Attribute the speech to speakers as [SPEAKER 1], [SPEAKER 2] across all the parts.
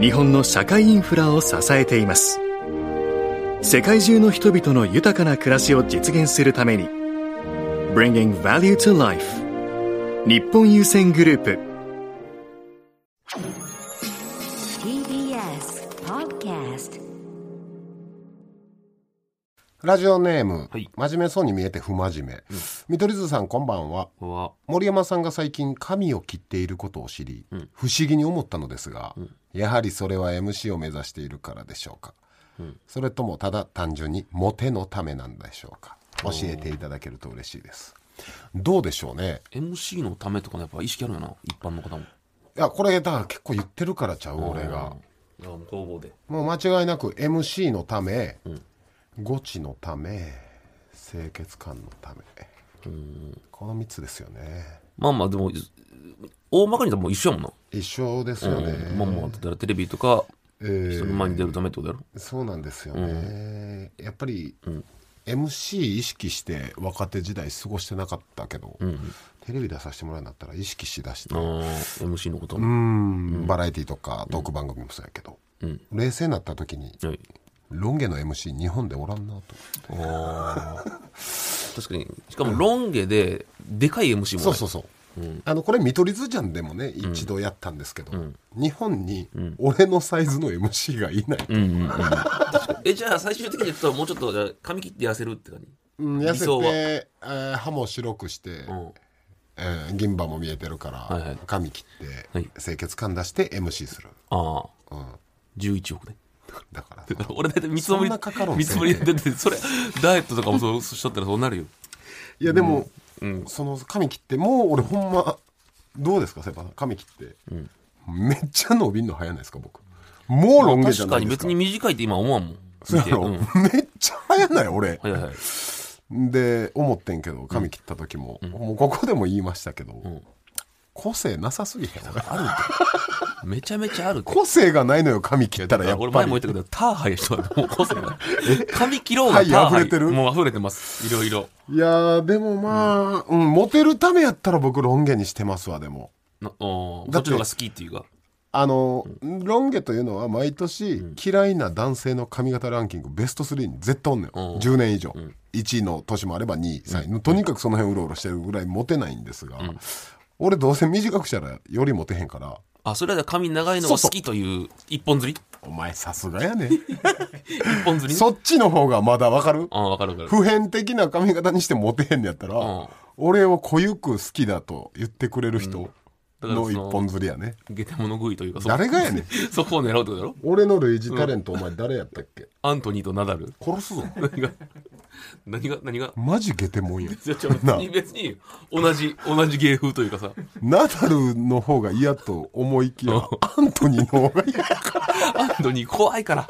[SPEAKER 1] 日本の社会インフラを支えています。世界中の人々の豊かな暮らしを実現するために、Bringing Value to Life 日本郵船グループ
[SPEAKER 2] TBS Podcast
[SPEAKER 3] ラジオネーム、
[SPEAKER 4] はい
[SPEAKER 3] 真面目そうに見えて不真面目、見取り図さんこんばんは
[SPEAKER 4] わ
[SPEAKER 3] 森山さんが最近髪を切っていることを知り、
[SPEAKER 4] ん
[SPEAKER 3] 不思議に思ったのですが、やはりそれは MC を目指しているからでしょうか、それともただ単純にモテのためなんでしょうか教えていただけると嬉しいですどうでしょうね
[SPEAKER 4] MC のためとかのやっぱ意識あるよな一般の方も
[SPEAKER 3] いやこれだから結構言ってるからちゃう俺が
[SPEAKER 4] いやもう工房で
[SPEAKER 3] もう間違いなく MC のため、ゴチのため清潔感のため、この3つですよね
[SPEAKER 4] まあまあでも大まかに言ったらもう一緒やもんな
[SPEAKER 3] 一緒ですよね、
[SPEAKER 4] まあまあだからテレビとか
[SPEAKER 3] えー
[SPEAKER 4] 人の前に出るためってことやろ
[SPEAKER 3] そうなんですよね、やっぱり、MC 意識して若手時代過ごしてなかったけど、テレビ出させてもらうようになったら意識しだして、
[SPEAKER 4] あ
[SPEAKER 3] う
[SPEAKER 4] ー MC のこと
[SPEAKER 3] ー
[SPEAKER 4] は
[SPEAKER 3] んバラエティとかトーク番組もそうやけど、冷静になった時に
[SPEAKER 4] い
[SPEAKER 3] ロン毛の MC 日本でおらんなと
[SPEAKER 4] 確かにしかもロン毛ででかい MC も
[SPEAKER 3] そうそうそう、あのこれ見取り図じゃんでもね一度やったんですけど、日本に俺のサイズの MC がいない、
[SPEAKER 4] ううんうんうんえじゃあ最終的に言うともうちょっとじゃあ髪切って痩せるって感じ
[SPEAKER 3] うん痩
[SPEAKER 4] 理
[SPEAKER 3] せ
[SPEAKER 4] 想は
[SPEAKER 3] て、えー歯も白くして、
[SPEAKER 4] ん
[SPEAKER 3] えー銀歯も見えてるから、
[SPEAKER 4] はいはい
[SPEAKER 3] 髪切って、
[SPEAKER 4] はい
[SPEAKER 3] 清潔感出して MC する、
[SPEAKER 4] あ
[SPEAKER 3] う
[SPEAKER 4] あ
[SPEAKER 3] ん、
[SPEAKER 4] 11億ね
[SPEAKER 3] だ から
[SPEAKER 4] 俺だって見積もり
[SPEAKER 3] そんなかかるんで
[SPEAKER 4] 見
[SPEAKER 3] す
[SPEAKER 4] 積
[SPEAKER 3] よ
[SPEAKER 4] もりだってそれダイエットとかもそうしちゃったらそうなるよ
[SPEAKER 3] いやでも、その髪切ってもう俺ほんまどうですか先輩髪切って、めっちゃ伸びんの早ないですか僕もうロン毛じゃ
[SPEAKER 4] 確
[SPEAKER 3] な
[SPEAKER 4] か
[SPEAKER 3] い
[SPEAKER 4] に
[SPEAKER 3] ですか
[SPEAKER 4] 別に短いって今思わんもん
[SPEAKER 3] そうや ろ、
[SPEAKER 4] うん
[SPEAKER 3] めっちゃ早ない俺、
[SPEAKER 4] はいはいはい
[SPEAKER 3] で思ってんけど髪切った時も、もうここでも言いましたけど、個性なさすぎへん俺
[SPEAKER 4] めちゃめちゃあるって
[SPEAKER 3] 個性がないのよ髪切ったらやっ
[SPEAKER 4] 俺
[SPEAKER 3] ぱ
[SPEAKER 4] 前
[SPEAKER 3] り
[SPEAKER 4] も言ったけどターハイの人はもう個性が髪切ろうが
[SPEAKER 3] はい
[SPEAKER 4] ターハイ
[SPEAKER 3] 溢れてる
[SPEAKER 4] もう溢れてますいろいろ
[SPEAKER 3] いやーでもまあ、うんモテるためやったら僕ロン毛にしてますわでも
[SPEAKER 4] なおーこ
[SPEAKER 3] だ
[SPEAKER 4] っ
[SPEAKER 3] っ
[SPEAKER 4] ち
[SPEAKER 3] て
[SPEAKER 4] の方が好きっていうか
[SPEAKER 3] あの、ロン毛というのは毎年嫌いな男性の髪型ランキングベスト3に絶対おんのよ、
[SPEAKER 4] うん
[SPEAKER 3] 10年以上、1位の年もあれば2位3位、とにかくその辺うろうろしてるぐらいモテないんですが、俺どうせ短くしたらよりモテへんから
[SPEAKER 4] あそれは髪長いのが好きという一本釣り
[SPEAKER 3] お前さすがやね
[SPEAKER 4] 一本釣りね
[SPEAKER 3] そっちの方がまだわかる
[SPEAKER 4] ああ分かる分かる
[SPEAKER 3] 普遍的な髪型にしてモテへんのやったら、
[SPEAKER 4] うん
[SPEAKER 3] 俺を濃ゆく好きだと言ってくれる人
[SPEAKER 4] だからそ
[SPEAKER 3] の
[SPEAKER 4] の
[SPEAKER 3] 一本釣りやね、
[SPEAKER 4] 下手物食いというかそ
[SPEAKER 3] 誰がやねん
[SPEAKER 4] そこを狙うってことだろ
[SPEAKER 3] 俺の類似タレント、お前誰やったっけ
[SPEAKER 4] アントニーとナダル
[SPEAKER 3] 殺すぞ
[SPEAKER 4] 何が何が何が
[SPEAKER 3] マジゲテモンや
[SPEAKER 4] いやちょ別
[SPEAKER 3] な
[SPEAKER 4] に別に同じ同じ芸風というかさ
[SPEAKER 3] ナダルの方が嫌と思いきやアントニーの方が嫌
[SPEAKER 4] アントニー怖いから。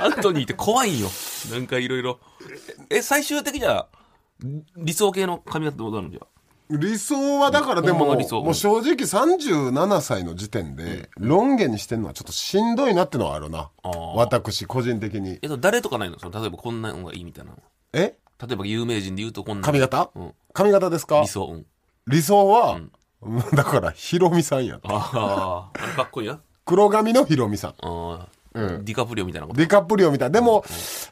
[SPEAKER 4] アントニーって怖いんよ。なんかいろいろ。え、最終的には、理想系の髪型ってことなのじゃ
[SPEAKER 3] 理想はだからで
[SPEAKER 4] ほんま
[SPEAKER 3] も
[SPEAKER 4] の理想
[SPEAKER 3] もう正直37歳の時点でロン毛にしてんのはちょっとしんどいなってのはあるな
[SPEAKER 4] ー
[SPEAKER 3] 私個人的に
[SPEAKER 4] えっと、誰とかないのその例えばこんなのがいいみたいなの。
[SPEAKER 3] え
[SPEAKER 4] 例えば有名人で言うとこんな
[SPEAKER 3] 髪型、
[SPEAKER 4] うん
[SPEAKER 3] 髪型ですか
[SPEAKER 4] 理想。うん。
[SPEAKER 3] 理想は、 だからヒロミさんや
[SPEAKER 4] ああ、あれかっこいいな。
[SPEAKER 3] 黒髪のヒロミさん
[SPEAKER 4] あーディカプリオみたいなこと。
[SPEAKER 3] ディカプリオみたいでも、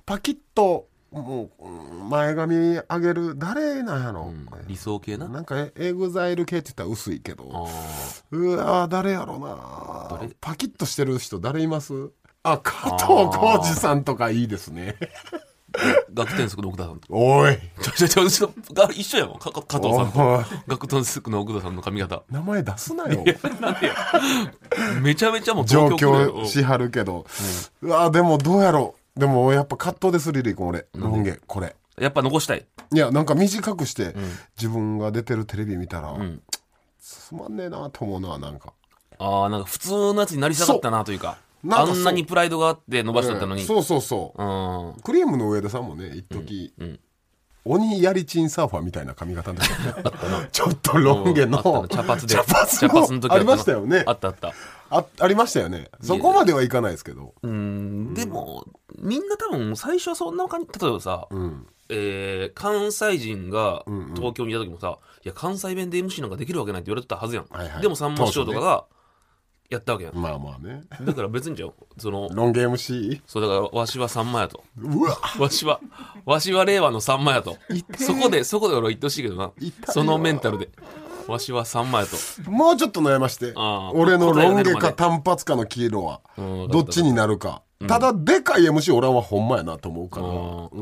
[SPEAKER 3] パキッともううん前髪上げる誰なんやろ、
[SPEAKER 4] 理想系な。
[SPEAKER 3] なんかエエグザイル系って言ったら薄いけ
[SPEAKER 4] あ
[SPEAKER 3] ど
[SPEAKER 4] ー
[SPEAKER 3] うわー誰やろな
[SPEAKER 4] 誰
[SPEAKER 3] パキッとしてる人誰いますあ加藤浩二さんとかいいです ね
[SPEAKER 4] 学天足の奥田さん。
[SPEAKER 3] おい
[SPEAKER 4] ちょちょちょちょ、が一緒やもん。かか加藤さん
[SPEAKER 3] おい
[SPEAKER 4] と。学天足の奥田さんの髪型。
[SPEAKER 3] 名前出すなよ
[SPEAKER 4] めちゃめちゃもう
[SPEAKER 3] 上
[SPEAKER 4] 東京来る
[SPEAKER 3] 京しはるけど、うわーでもどうやろうでもやっぱ葛藤ですリリー君俺ロン毛これ
[SPEAKER 4] うんやっぱ残したい。
[SPEAKER 3] いやなんか短くして、自分が出てるテレビ見たら、
[SPEAKER 4] ん
[SPEAKER 3] つまんねえなと思うのはなんか
[SPEAKER 4] ああ、なんか普通のやつになりたかったなというか。
[SPEAKER 3] なんか
[SPEAKER 4] あ
[SPEAKER 3] そうん
[SPEAKER 4] なにプライドがあって伸ばしとったのに、
[SPEAKER 3] そうそうそう、
[SPEAKER 4] うん
[SPEAKER 3] クリームの上田さんもね一時、鬼やりチンサーファーみたいな髪型の時 ちょっとロン毛の
[SPEAKER 4] あったな茶髪で
[SPEAKER 3] 茶髪の
[SPEAKER 4] の時
[SPEAKER 3] あ
[SPEAKER 4] った
[SPEAKER 3] り
[SPEAKER 4] な
[SPEAKER 3] ましたよね
[SPEAKER 4] あったあった
[SPEAKER 3] あありましたよねそこまではいかないですけど、
[SPEAKER 4] うんでもみんな多分最初はそんな感じ例えばさ、
[SPEAKER 3] うん、
[SPEAKER 4] えー関西人が東京にいた時もさ、いや関西弁で MC なんかできるわけないって言われてたはずやん、
[SPEAKER 3] はいはい
[SPEAKER 4] でも三文師匠とかがやったわけやん、
[SPEAKER 3] まあまあね
[SPEAKER 4] だから別にじゃんその
[SPEAKER 3] ロン毛 MC
[SPEAKER 4] そうだからわしはさんまやと
[SPEAKER 3] うわ
[SPEAKER 4] わしはわしは令和のさんまやとそこでそこで俺は言ってほしいけどなそのメンタルでわしはさんまやと
[SPEAKER 3] もうちょっと悩まして
[SPEAKER 4] あー
[SPEAKER 3] 俺のロン
[SPEAKER 4] 答えが出
[SPEAKER 3] 毛
[SPEAKER 4] るま
[SPEAKER 3] か
[SPEAKER 4] で
[SPEAKER 3] 短髪かの黄色は
[SPEAKER 4] うん
[SPEAKER 3] どっちになるかただでかい MC 俺はほんまやなと思うから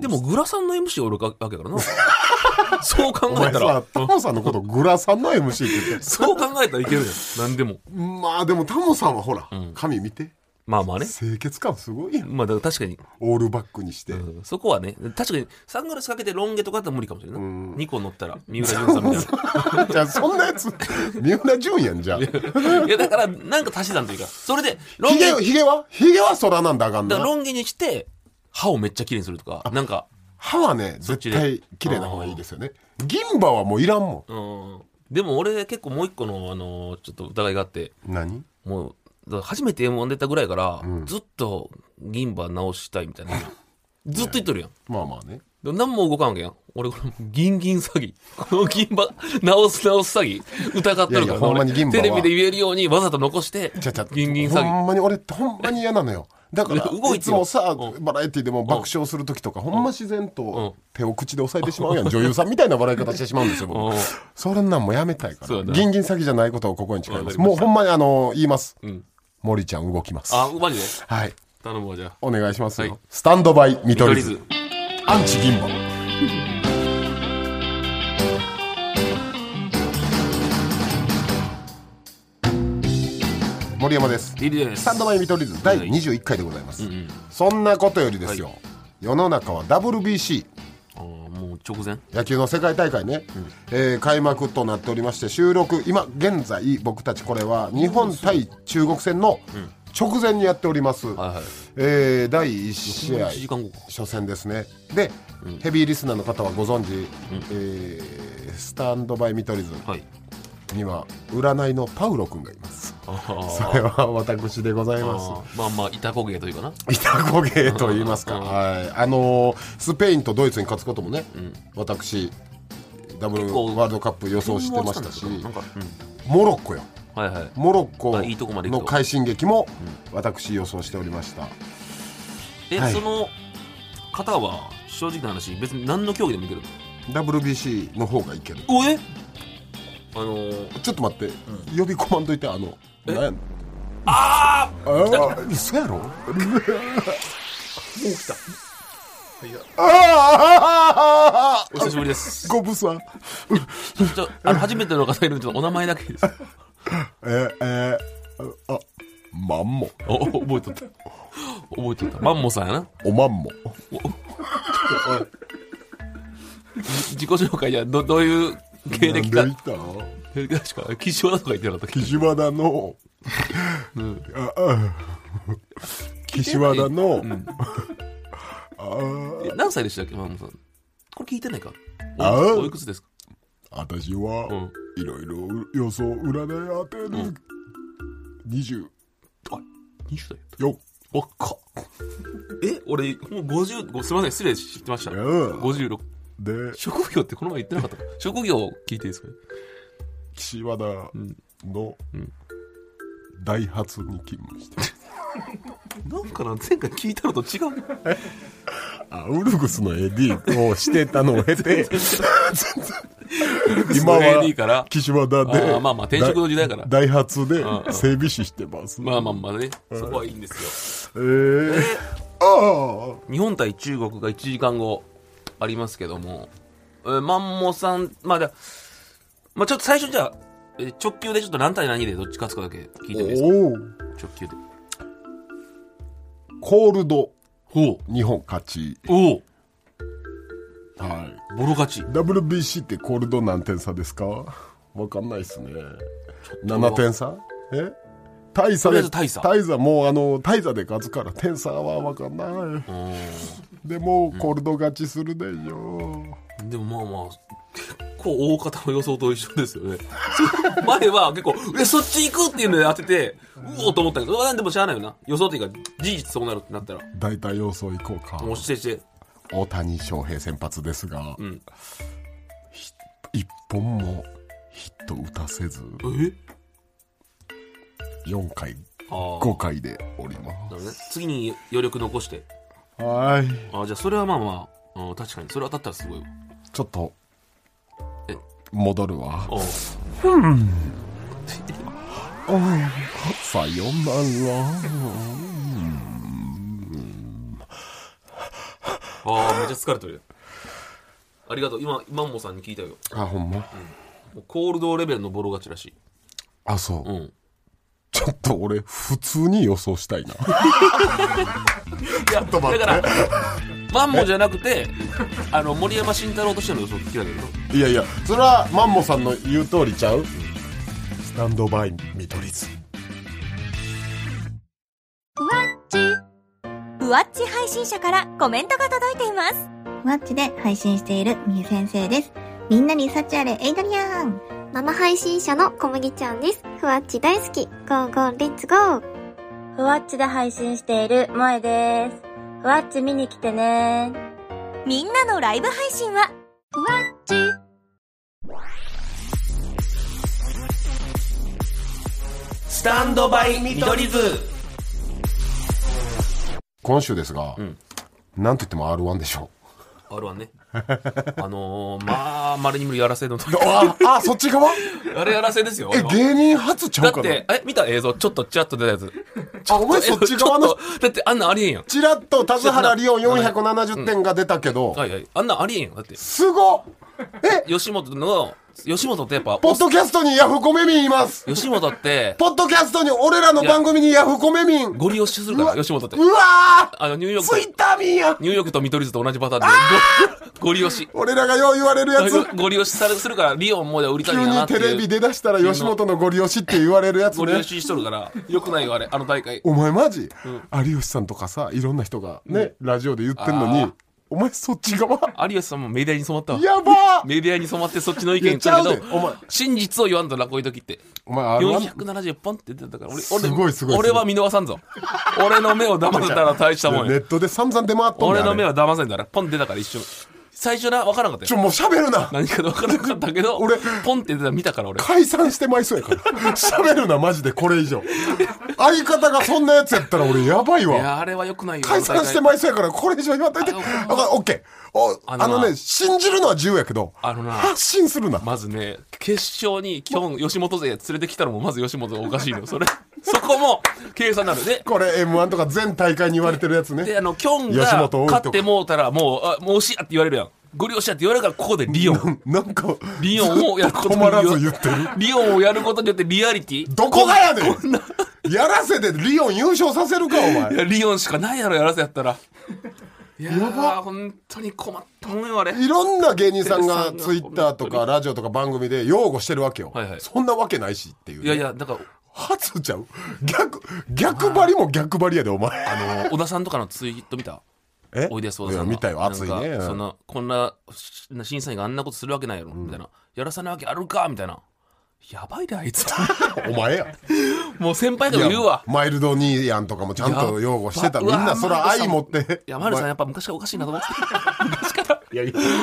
[SPEAKER 4] でもグラさんの MC おるわけやからな そう考
[SPEAKER 3] お
[SPEAKER 4] え
[SPEAKER 3] 前
[SPEAKER 4] たら
[SPEAKER 3] さタモさんのことグラさんの MC って言って
[SPEAKER 4] そう考えたらいけるやん何でも
[SPEAKER 3] まあでもタモさんはほら髪見て
[SPEAKER 4] まあまあね
[SPEAKER 3] 清潔感すごいやん
[SPEAKER 4] まあだから確かに、
[SPEAKER 3] オールバックにして
[SPEAKER 4] うんそこはね確かにサングラスかけてロン毛とかだったら無理かもしれないな、2個乗ったら三浦淳さんみたいな
[SPEAKER 3] じゃあそんなやつ三浦淳やんじゃあ
[SPEAKER 4] いやだからなんか足し算というかそれでロン
[SPEAKER 3] ヒ
[SPEAKER 4] 毛
[SPEAKER 3] ゲヒゲはヒゲは空なんだあかん
[SPEAKER 4] だから
[SPEAKER 3] な
[SPEAKER 4] ロン毛にして歯をめっちゃ綺麗にするとかなんか
[SPEAKER 3] 歯はね
[SPEAKER 4] そっ
[SPEAKER 3] 絶
[SPEAKER 4] ちで
[SPEAKER 3] 対綺麗な方がいいですよね銀歯はもういらんも
[SPEAKER 4] うんでも俺結構もう一個の、あのちょっと疑いがあって
[SPEAKER 3] ん何
[SPEAKER 4] もうだから初めて M1 出たぐらいから、ずっと銀歯直したいみたいなずっと言っとるやん
[SPEAKER 3] まあまあね
[SPEAKER 4] でも何も動かんわけやん俺このギンギン詐欺この銀歯直す直す詐欺疑っとる
[SPEAKER 3] いやいや
[SPEAKER 4] から
[SPEAKER 3] ほんまに
[SPEAKER 4] 俺
[SPEAKER 3] 銀歯は
[SPEAKER 4] テレビで言えるようにわざと残して
[SPEAKER 3] ちゃちゃ
[SPEAKER 4] ギンギン詐欺
[SPEAKER 3] ほんまに俺ってほんまに嫌なのよだから
[SPEAKER 4] いや動いてよ
[SPEAKER 3] いつもさ
[SPEAKER 4] う
[SPEAKER 3] バラエティでも爆笑する時とかほんま自然と手を口で押さえてしまうやん女優さんみたいな笑い方してしまうんですよ
[SPEAKER 4] うん
[SPEAKER 3] 僕それなんもうやめたいか
[SPEAKER 4] そう
[SPEAKER 3] ら
[SPEAKER 4] やな
[SPEAKER 3] ギンギン詐欺じゃないことをここに誓い
[SPEAKER 4] わ
[SPEAKER 3] ま
[SPEAKER 4] かり
[SPEAKER 3] す
[SPEAKER 4] ま
[SPEAKER 3] もう
[SPEAKER 4] した
[SPEAKER 3] ほんまにあの言います
[SPEAKER 4] ん
[SPEAKER 3] 森ちゃん動きます
[SPEAKER 4] あマジで
[SPEAKER 3] はい
[SPEAKER 4] 頼むわじゃあ
[SPEAKER 3] お願いします
[SPEAKER 4] は
[SPEAKER 3] よ
[SPEAKER 4] い
[SPEAKER 3] スタンドバイ見取
[SPEAKER 4] 取
[SPEAKER 3] り
[SPEAKER 4] り
[SPEAKER 3] 図
[SPEAKER 4] 図
[SPEAKER 3] アンチ銀歯森山です
[SPEAKER 4] リリーです
[SPEAKER 3] スタンドバイ見取り図第
[SPEAKER 4] はい
[SPEAKER 3] 21回でございます、そんなことよりですよ、
[SPEAKER 4] はい
[SPEAKER 3] 世の中は WBC
[SPEAKER 4] あーもう直前
[SPEAKER 3] 野球の世界大会ね、えー開幕となっておりまして収録今現在僕たちこれは日本対中国戦の直前にやっております、
[SPEAKER 4] はいはい
[SPEAKER 3] えー第1試合
[SPEAKER 4] 1時間後か
[SPEAKER 3] 初戦ですねで、ヘビーリスナーの方はご存知、えースタンドバイ見取り図
[SPEAKER 4] はい
[SPEAKER 3] には占いのパウロ君がいます
[SPEAKER 4] あー
[SPEAKER 3] それは私でございます
[SPEAKER 4] あーまあまあ板焦げというかな
[SPEAKER 3] 板子芸と言いますか、はい、あのースペインとドイツに勝つこともね、私ダブル
[SPEAKER 4] 結構
[SPEAKER 3] ワールドカップ予想してましたし
[SPEAKER 4] なんか、
[SPEAKER 3] モロッコよ
[SPEAKER 4] うん、はいはい
[SPEAKER 3] モロッコ
[SPEAKER 4] あいいとこまで行く
[SPEAKER 3] の
[SPEAKER 4] と
[SPEAKER 3] 快進撃も私予想しておりました、
[SPEAKER 4] え、
[SPEAKER 3] はい
[SPEAKER 4] その方は正直な話別に何の競技でもいける
[SPEAKER 3] WBC の方がいける
[SPEAKER 4] おえあのー、
[SPEAKER 3] ちょっと待って、呼び込まんといてあのなんやの
[SPEAKER 4] あ
[SPEAKER 3] あー嘘やろもう来たあ
[SPEAKER 4] ーお久しぶりです
[SPEAKER 3] ーごぶさん
[SPEAKER 4] ちょあの初めての方いるんでちょっとお名前だけ です
[SPEAKER 3] えー、えー、あマンモ
[SPEAKER 4] おお覚えとった覚えとったマンモさんやな
[SPEAKER 3] おまんも
[SPEAKER 4] じ自己紹介じゃどどういう経歴か
[SPEAKER 3] なんで言ったの
[SPEAKER 4] 経歴かしか岸和田とか言ってなかったっけ
[SPEAKER 3] 岸和田の、ああ岸和田の、 あ
[SPEAKER 4] え何歳でしたっけマンモさんこれ聞いてないか
[SPEAKER 3] あー
[SPEAKER 4] おおいくつですか
[SPEAKER 3] あ私は、
[SPEAKER 4] うん
[SPEAKER 3] いろいろ予想占い当てる、24
[SPEAKER 4] あ20代おっか え俺もう50ごすみません失礼してました
[SPEAKER 3] うん
[SPEAKER 4] 56
[SPEAKER 3] で
[SPEAKER 4] 職業ってこの前言ってなかったか職業を聞いていいですか
[SPEAKER 3] 岸和田の、
[SPEAKER 4] ん
[SPEAKER 3] ダイハツに勤務してます
[SPEAKER 4] なんかな前回聞いたのと違う
[SPEAKER 3] あウルグスの AD をしてたのを 経て今は
[SPEAKER 4] AD から
[SPEAKER 3] 岸和田で
[SPEAKER 4] あーまあまあ転職の時代から
[SPEAKER 3] ダイハツで
[SPEAKER 4] んうん
[SPEAKER 3] 整備士してます、
[SPEAKER 4] まあまあまあねそこはいいんです
[SPEAKER 3] えー、あ
[SPEAKER 4] よ日本対中国が1時間後ありますけども、えーマンモさんまあだまあちょっと最初じゃあえー直球でちょっと何対何でどっち勝つかだけ聞いてもいいですか
[SPEAKER 3] おお
[SPEAKER 4] 直球で
[SPEAKER 3] コールド
[SPEAKER 4] ほ
[SPEAKER 3] 日本勝ち、
[SPEAKER 4] うおお
[SPEAKER 3] は
[SPEAKER 4] ボロ勝ち
[SPEAKER 3] い、WBC ってコールド何点差ですかわかんないっすね7点差え大佐
[SPEAKER 4] とり
[SPEAKER 3] で
[SPEAKER 4] あえず大佐
[SPEAKER 3] 大佐もうあの大佐で勝つから天差は分かんないでもコルド勝ちするでしょ
[SPEAKER 4] でもまあまあ、結構大方の予想と一緒ですよね。 そう前は結構、え、そっち行くっていうので当てて、うおーと思ったけど、なんでもしゃあないよな。予想っていうか、事実そうなるってなったら、
[SPEAKER 3] 大体予想いこうか
[SPEAKER 4] もうしてして、
[SPEAKER 3] 大谷翔平先発ですが、
[SPEAKER 4] ん
[SPEAKER 3] ひ一本もヒット打たせず
[SPEAKER 4] え
[SPEAKER 3] 4回
[SPEAKER 4] あー
[SPEAKER 3] 5回でおりま
[SPEAKER 4] なるほどね次に余力残して。
[SPEAKER 3] すはい
[SPEAKER 4] あーじゃあそれはまあまあ、うん確かに、それ当たったらすごいわ。
[SPEAKER 3] ちょっと
[SPEAKER 4] え
[SPEAKER 3] 戻るわ
[SPEAKER 4] おう
[SPEAKER 3] さよなら
[SPEAKER 4] ああ、めっちゃ疲れてるよ。ありがとう。今、マンモさんに聞いたよ。
[SPEAKER 3] あほんま
[SPEAKER 4] もうコールドレベルのボロ勝ちらしい。
[SPEAKER 3] あそう、
[SPEAKER 4] うん。
[SPEAKER 3] ちょっと俺普通に予想したいな
[SPEAKER 4] いや、だから、マンモじゃなくて、あの、森山慎太郎としての予想聞きたいんだけ
[SPEAKER 3] いやいやそれはマンモさんの言う通りちゃうスタンドバイ見取り図
[SPEAKER 2] ふわっち配信者からコメントが届いています。
[SPEAKER 5] ふわっちで配信しているみゆ先生です。みんなに幸あれ、エイドリアン。
[SPEAKER 6] 生配信者の小麦ちゃんです。ふわっち大好き。ゴーゴーレッツゴー。
[SPEAKER 7] ふわっちで配信している萌えです。ふわっち見に来てね。
[SPEAKER 2] みんなのライブ配信は、ふわっち。
[SPEAKER 4] スタンドバイ見取り図
[SPEAKER 3] 今週ですが、
[SPEAKER 4] ん
[SPEAKER 3] なんといっても r 1でしょ
[SPEAKER 4] R1 ね。あのー、まあ、まれに無理やらせのと
[SPEAKER 3] ああそっち側
[SPEAKER 4] あれやらせですよ。あ
[SPEAKER 3] え
[SPEAKER 4] れは
[SPEAKER 3] 芸人初ちゃ
[SPEAKER 4] だ
[SPEAKER 3] う
[SPEAKER 4] っ
[SPEAKER 3] か
[SPEAKER 4] て
[SPEAKER 3] ら、
[SPEAKER 4] え、見た映像、ちょっとチラッと出たやつ。
[SPEAKER 3] あお前そっち側の
[SPEAKER 4] ょっとだってあんなんありえんやん。
[SPEAKER 3] ちらっと田津原理音470点が出たけど、
[SPEAKER 4] はいはい。あんなんありえんやん。だって、
[SPEAKER 3] すごっえ
[SPEAKER 4] 吉本の、吉本ってやっぱ、
[SPEAKER 3] ポッドキャストにヤフコメ民います
[SPEAKER 4] 吉本って、
[SPEAKER 3] ポッドキャストに俺らの番組にヤフコメ民うわ
[SPEAKER 4] ゴリ押しするから、吉本って。
[SPEAKER 3] ー
[SPEAKER 4] あの、ニューヨークと
[SPEAKER 3] ツ、イッター民や
[SPEAKER 4] ニューヨークと見取り図と同じパターンで、ゴゴリ押し。
[SPEAKER 3] 俺らがよう言われるやつ
[SPEAKER 4] ゴリ押しされするから、リオンもで売りたい
[SPEAKER 3] 急
[SPEAKER 4] んやな
[SPEAKER 3] に
[SPEAKER 4] って
[SPEAKER 3] テレ
[SPEAKER 4] い
[SPEAKER 3] ビ
[SPEAKER 4] う。
[SPEAKER 3] 出だしたら吉本のゴリ押しって言われるやつ
[SPEAKER 4] ゴリ
[SPEAKER 3] ね
[SPEAKER 4] 押ししとるから、よくないよ、あれ、あの大会。
[SPEAKER 3] お前マジ、有吉さんとかさいろんな人がね、ラジオで言ってんの
[SPEAKER 4] あ
[SPEAKER 3] に
[SPEAKER 4] ー
[SPEAKER 3] お前そっち側
[SPEAKER 4] 有吉さんもメディアに染まったわ。
[SPEAKER 3] やばー
[SPEAKER 4] メディアに染まってそっちの意見
[SPEAKER 3] 言っ
[SPEAKER 4] 言っ
[SPEAKER 3] ちゃ
[SPEAKER 4] た
[SPEAKER 3] う
[SPEAKER 4] け
[SPEAKER 3] で
[SPEAKER 4] ど、
[SPEAKER 3] お前
[SPEAKER 4] 真実を言わんとな、こういう時って。
[SPEAKER 3] お前 r 1
[SPEAKER 4] 470ポンって出てたから、俺、
[SPEAKER 3] すごいすごいすごい
[SPEAKER 4] 俺は見逃さんぞ。俺の目を騙せたら大したもん
[SPEAKER 3] ネ
[SPEAKER 4] よ。
[SPEAKER 3] ットで散々出回っとんねん
[SPEAKER 4] 俺の
[SPEAKER 3] あれ
[SPEAKER 4] 目は騙せんだから、ポンって出たから一瞬。最初な、わからなかった
[SPEAKER 3] ちょ
[SPEAKER 4] よ。
[SPEAKER 3] もう喋るな
[SPEAKER 4] 何か分からなかったけど、
[SPEAKER 3] 俺
[SPEAKER 4] ポンって出たら見たから俺。
[SPEAKER 3] 解散してまいそうやから 喋るなマジでこれ以上相方がそんなやつやったら俺やばい
[SPEAKER 4] い
[SPEAKER 3] わ
[SPEAKER 4] や、あれは良くないよ。
[SPEAKER 3] 解散してまいそうやからこれ以上言わんといて
[SPEAKER 4] あ
[SPEAKER 3] だ
[SPEAKER 4] の
[SPEAKER 3] からオッケーおあ
[SPEAKER 4] あ
[SPEAKER 3] の
[SPEAKER 4] のな
[SPEAKER 3] ね信じるのは自由やけど
[SPEAKER 4] あのな
[SPEAKER 3] 発信するな
[SPEAKER 4] まずね、決勝に基本吉本勢連れてきたのもまず吉本がおかしいのよ。それ、 そこも計算になる。で、
[SPEAKER 3] これ m 1とか全大会に言われてるやつ
[SPEAKER 4] で、
[SPEAKER 3] ね
[SPEAKER 4] あの、キョン
[SPEAKER 3] 吉
[SPEAKER 4] が
[SPEAKER 3] 本多いとこ
[SPEAKER 4] 勝ってもうたら、もう、あ、もう押しやって言われるやん。ゴリ押しやって言われるから、ここでリオン。
[SPEAKER 3] なんか
[SPEAKER 4] リオンをやること
[SPEAKER 3] 止まらず言ってる
[SPEAKER 4] リオンをやることによってリアリティ
[SPEAKER 3] どこがやねんやらせでリオン優勝させるかお
[SPEAKER 4] い
[SPEAKER 3] 前
[SPEAKER 4] や、リオンしかないやろ、やらせやったら。いやー、本当に困ったもんよ、あれ。
[SPEAKER 3] いろんな芸人さんがツイッターとかラジオとか番組で擁護してるわけよ、
[SPEAKER 4] はいはい
[SPEAKER 3] そんなわけないしっていう
[SPEAKER 4] いやいや、だから、
[SPEAKER 3] 初ちゃう逆逆張りも逆張りやでお前
[SPEAKER 4] あの、小田さんとかのツイート見た
[SPEAKER 3] え
[SPEAKER 4] おいでやす小田さん
[SPEAKER 3] いや
[SPEAKER 4] が。
[SPEAKER 3] 見たよ熱い
[SPEAKER 4] な
[SPEAKER 3] ね
[SPEAKER 4] んかそんな、こんな、し審査員があんなことするわけないやろ、みたいな。やらさないわけあるか、みたいな。やばいで、あいつ。
[SPEAKER 3] お前や
[SPEAKER 4] もう先輩からも言うわ
[SPEAKER 3] い。やマイルド兄やんとかもちゃんと擁護してた
[SPEAKER 4] い
[SPEAKER 3] みん
[SPEAKER 4] や
[SPEAKER 3] なそら愛持っ
[SPEAKER 4] い
[SPEAKER 3] て
[SPEAKER 4] や、丸さんやっぱ昔からおかしいなと思って。 昔から。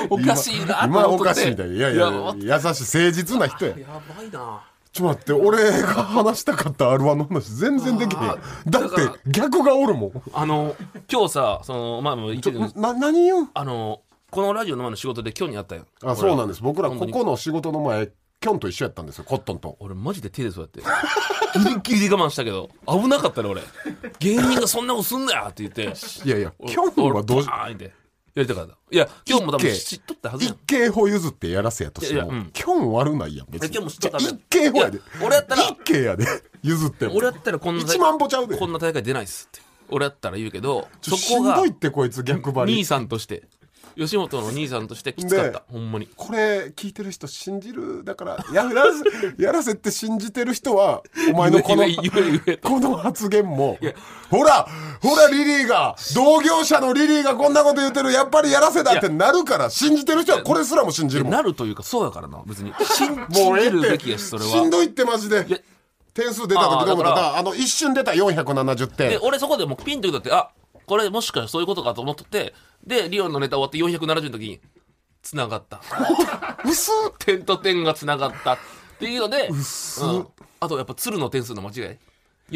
[SPEAKER 4] おかしいなと
[SPEAKER 3] 今今
[SPEAKER 4] 思
[SPEAKER 3] お
[SPEAKER 4] ってて。
[SPEAKER 3] かしいみたいないやいや優しい誠実な人や
[SPEAKER 4] やばいな。
[SPEAKER 3] ちょっと待って俺が話したかった R1 の話全然できへんだって逆がおるもん
[SPEAKER 4] あの、今日さ、その、まあ、もう言ってるけど
[SPEAKER 3] な何言うん
[SPEAKER 4] あの、このラジオの前の仕事で今日にあったよ。
[SPEAKER 3] あそうなんです僕ら
[SPEAKER 4] 本
[SPEAKER 3] こ
[SPEAKER 4] 当に
[SPEAKER 3] この仕事の前キョンと一緒やったんですよコットンと
[SPEAKER 4] 俺マジで手でそうやって。ギリギリで我慢したけど、危なかったね俺。芸人がそんなことすんなよって言って。
[SPEAKER 3] いやいやキョンはどうし
[SPEAKER 4] 俺バーンってやりたかった。いや、今日も多分知っとったはずや
[SPEAKER 3] 一
[SPEAKER 4] ん。
[SPEAKER 3] 景歩譲ってやらせやとしても
[SPEAKER 4] いやいやうん
[SPEAKER 3] キョン悪ないやん別
[SPEAKER 4] え今日も知っとった
[SPEAKER 3] じゃあ
[SPEAKER 4] ね
[SPEAKER 3] 一景歩やで
[SPEAKER 4] いや俺やったら
[SPEAKER 3] 一景やで譲っても
[SPEAKER 4] 俺やったらこんな大
[SPEAKER 3] 一万歩ちゃうで
[SPEAKER 4] こんな大会出ないっすって。俺やったら言うけど、
[SPEAKER 3] ちょ
[SPEAKER 4] そ
[SPEAKER 3] し
[SPEAKER 4] こ
[SPEAKER 3] ん
[SPEAKER 4] が
[SPEAKER 3] どいってこいつ逆張
[SPEAKER 4] 兄
[SPEAKER 3] り
[SPEAKER 4] さんとして、吉本の兄さんとしてきつかった
[SPEAKER 3] ね。
[SPEAKER 4] ほんまに。
[SPEAKER 3] これ聞いてる人信じるだからやら せやらせって信じてる人はお前のこの
[SPEAKER 4] 言 え言え言え言え
[SPEAKER 3] この発言もほらほらリリーが同業者のリリーがこんなこと言ってるやっぱりやらせだってなるから信じてる人はこれすらも信じるもん
[SPEAKER 4] なるというか、そうだからな、別に。信
[SPEAKER 3] も
[SPEAKER 4] 信
[SPEAKER 3] うええ
[SPEAKER 4] じ
[SPEAKER 3] って
[SPEAKER 4] るべきやし、それは。
[SPEAKER 3] しんどいってマジで
[SPEAKER 4] や
[SPEAKER 3] 点数出た時どう思った
[SPEAKER 4] あーだから
[SPEAKER 3] だあの一瞬出た470
[SPEAKER 4] で
[SPEAKER 3] 点
[SPEAKER 4] 俺そこでもうピンときたってあこれもしかしたらそういうことかと思っててでリオンのネタ終わって470の時につながった
[SPEAKER 3] 薄っ
[SPEAKER 4] 点と点がつながったっていうのでうんあとやっぱ鶴の点数の間違い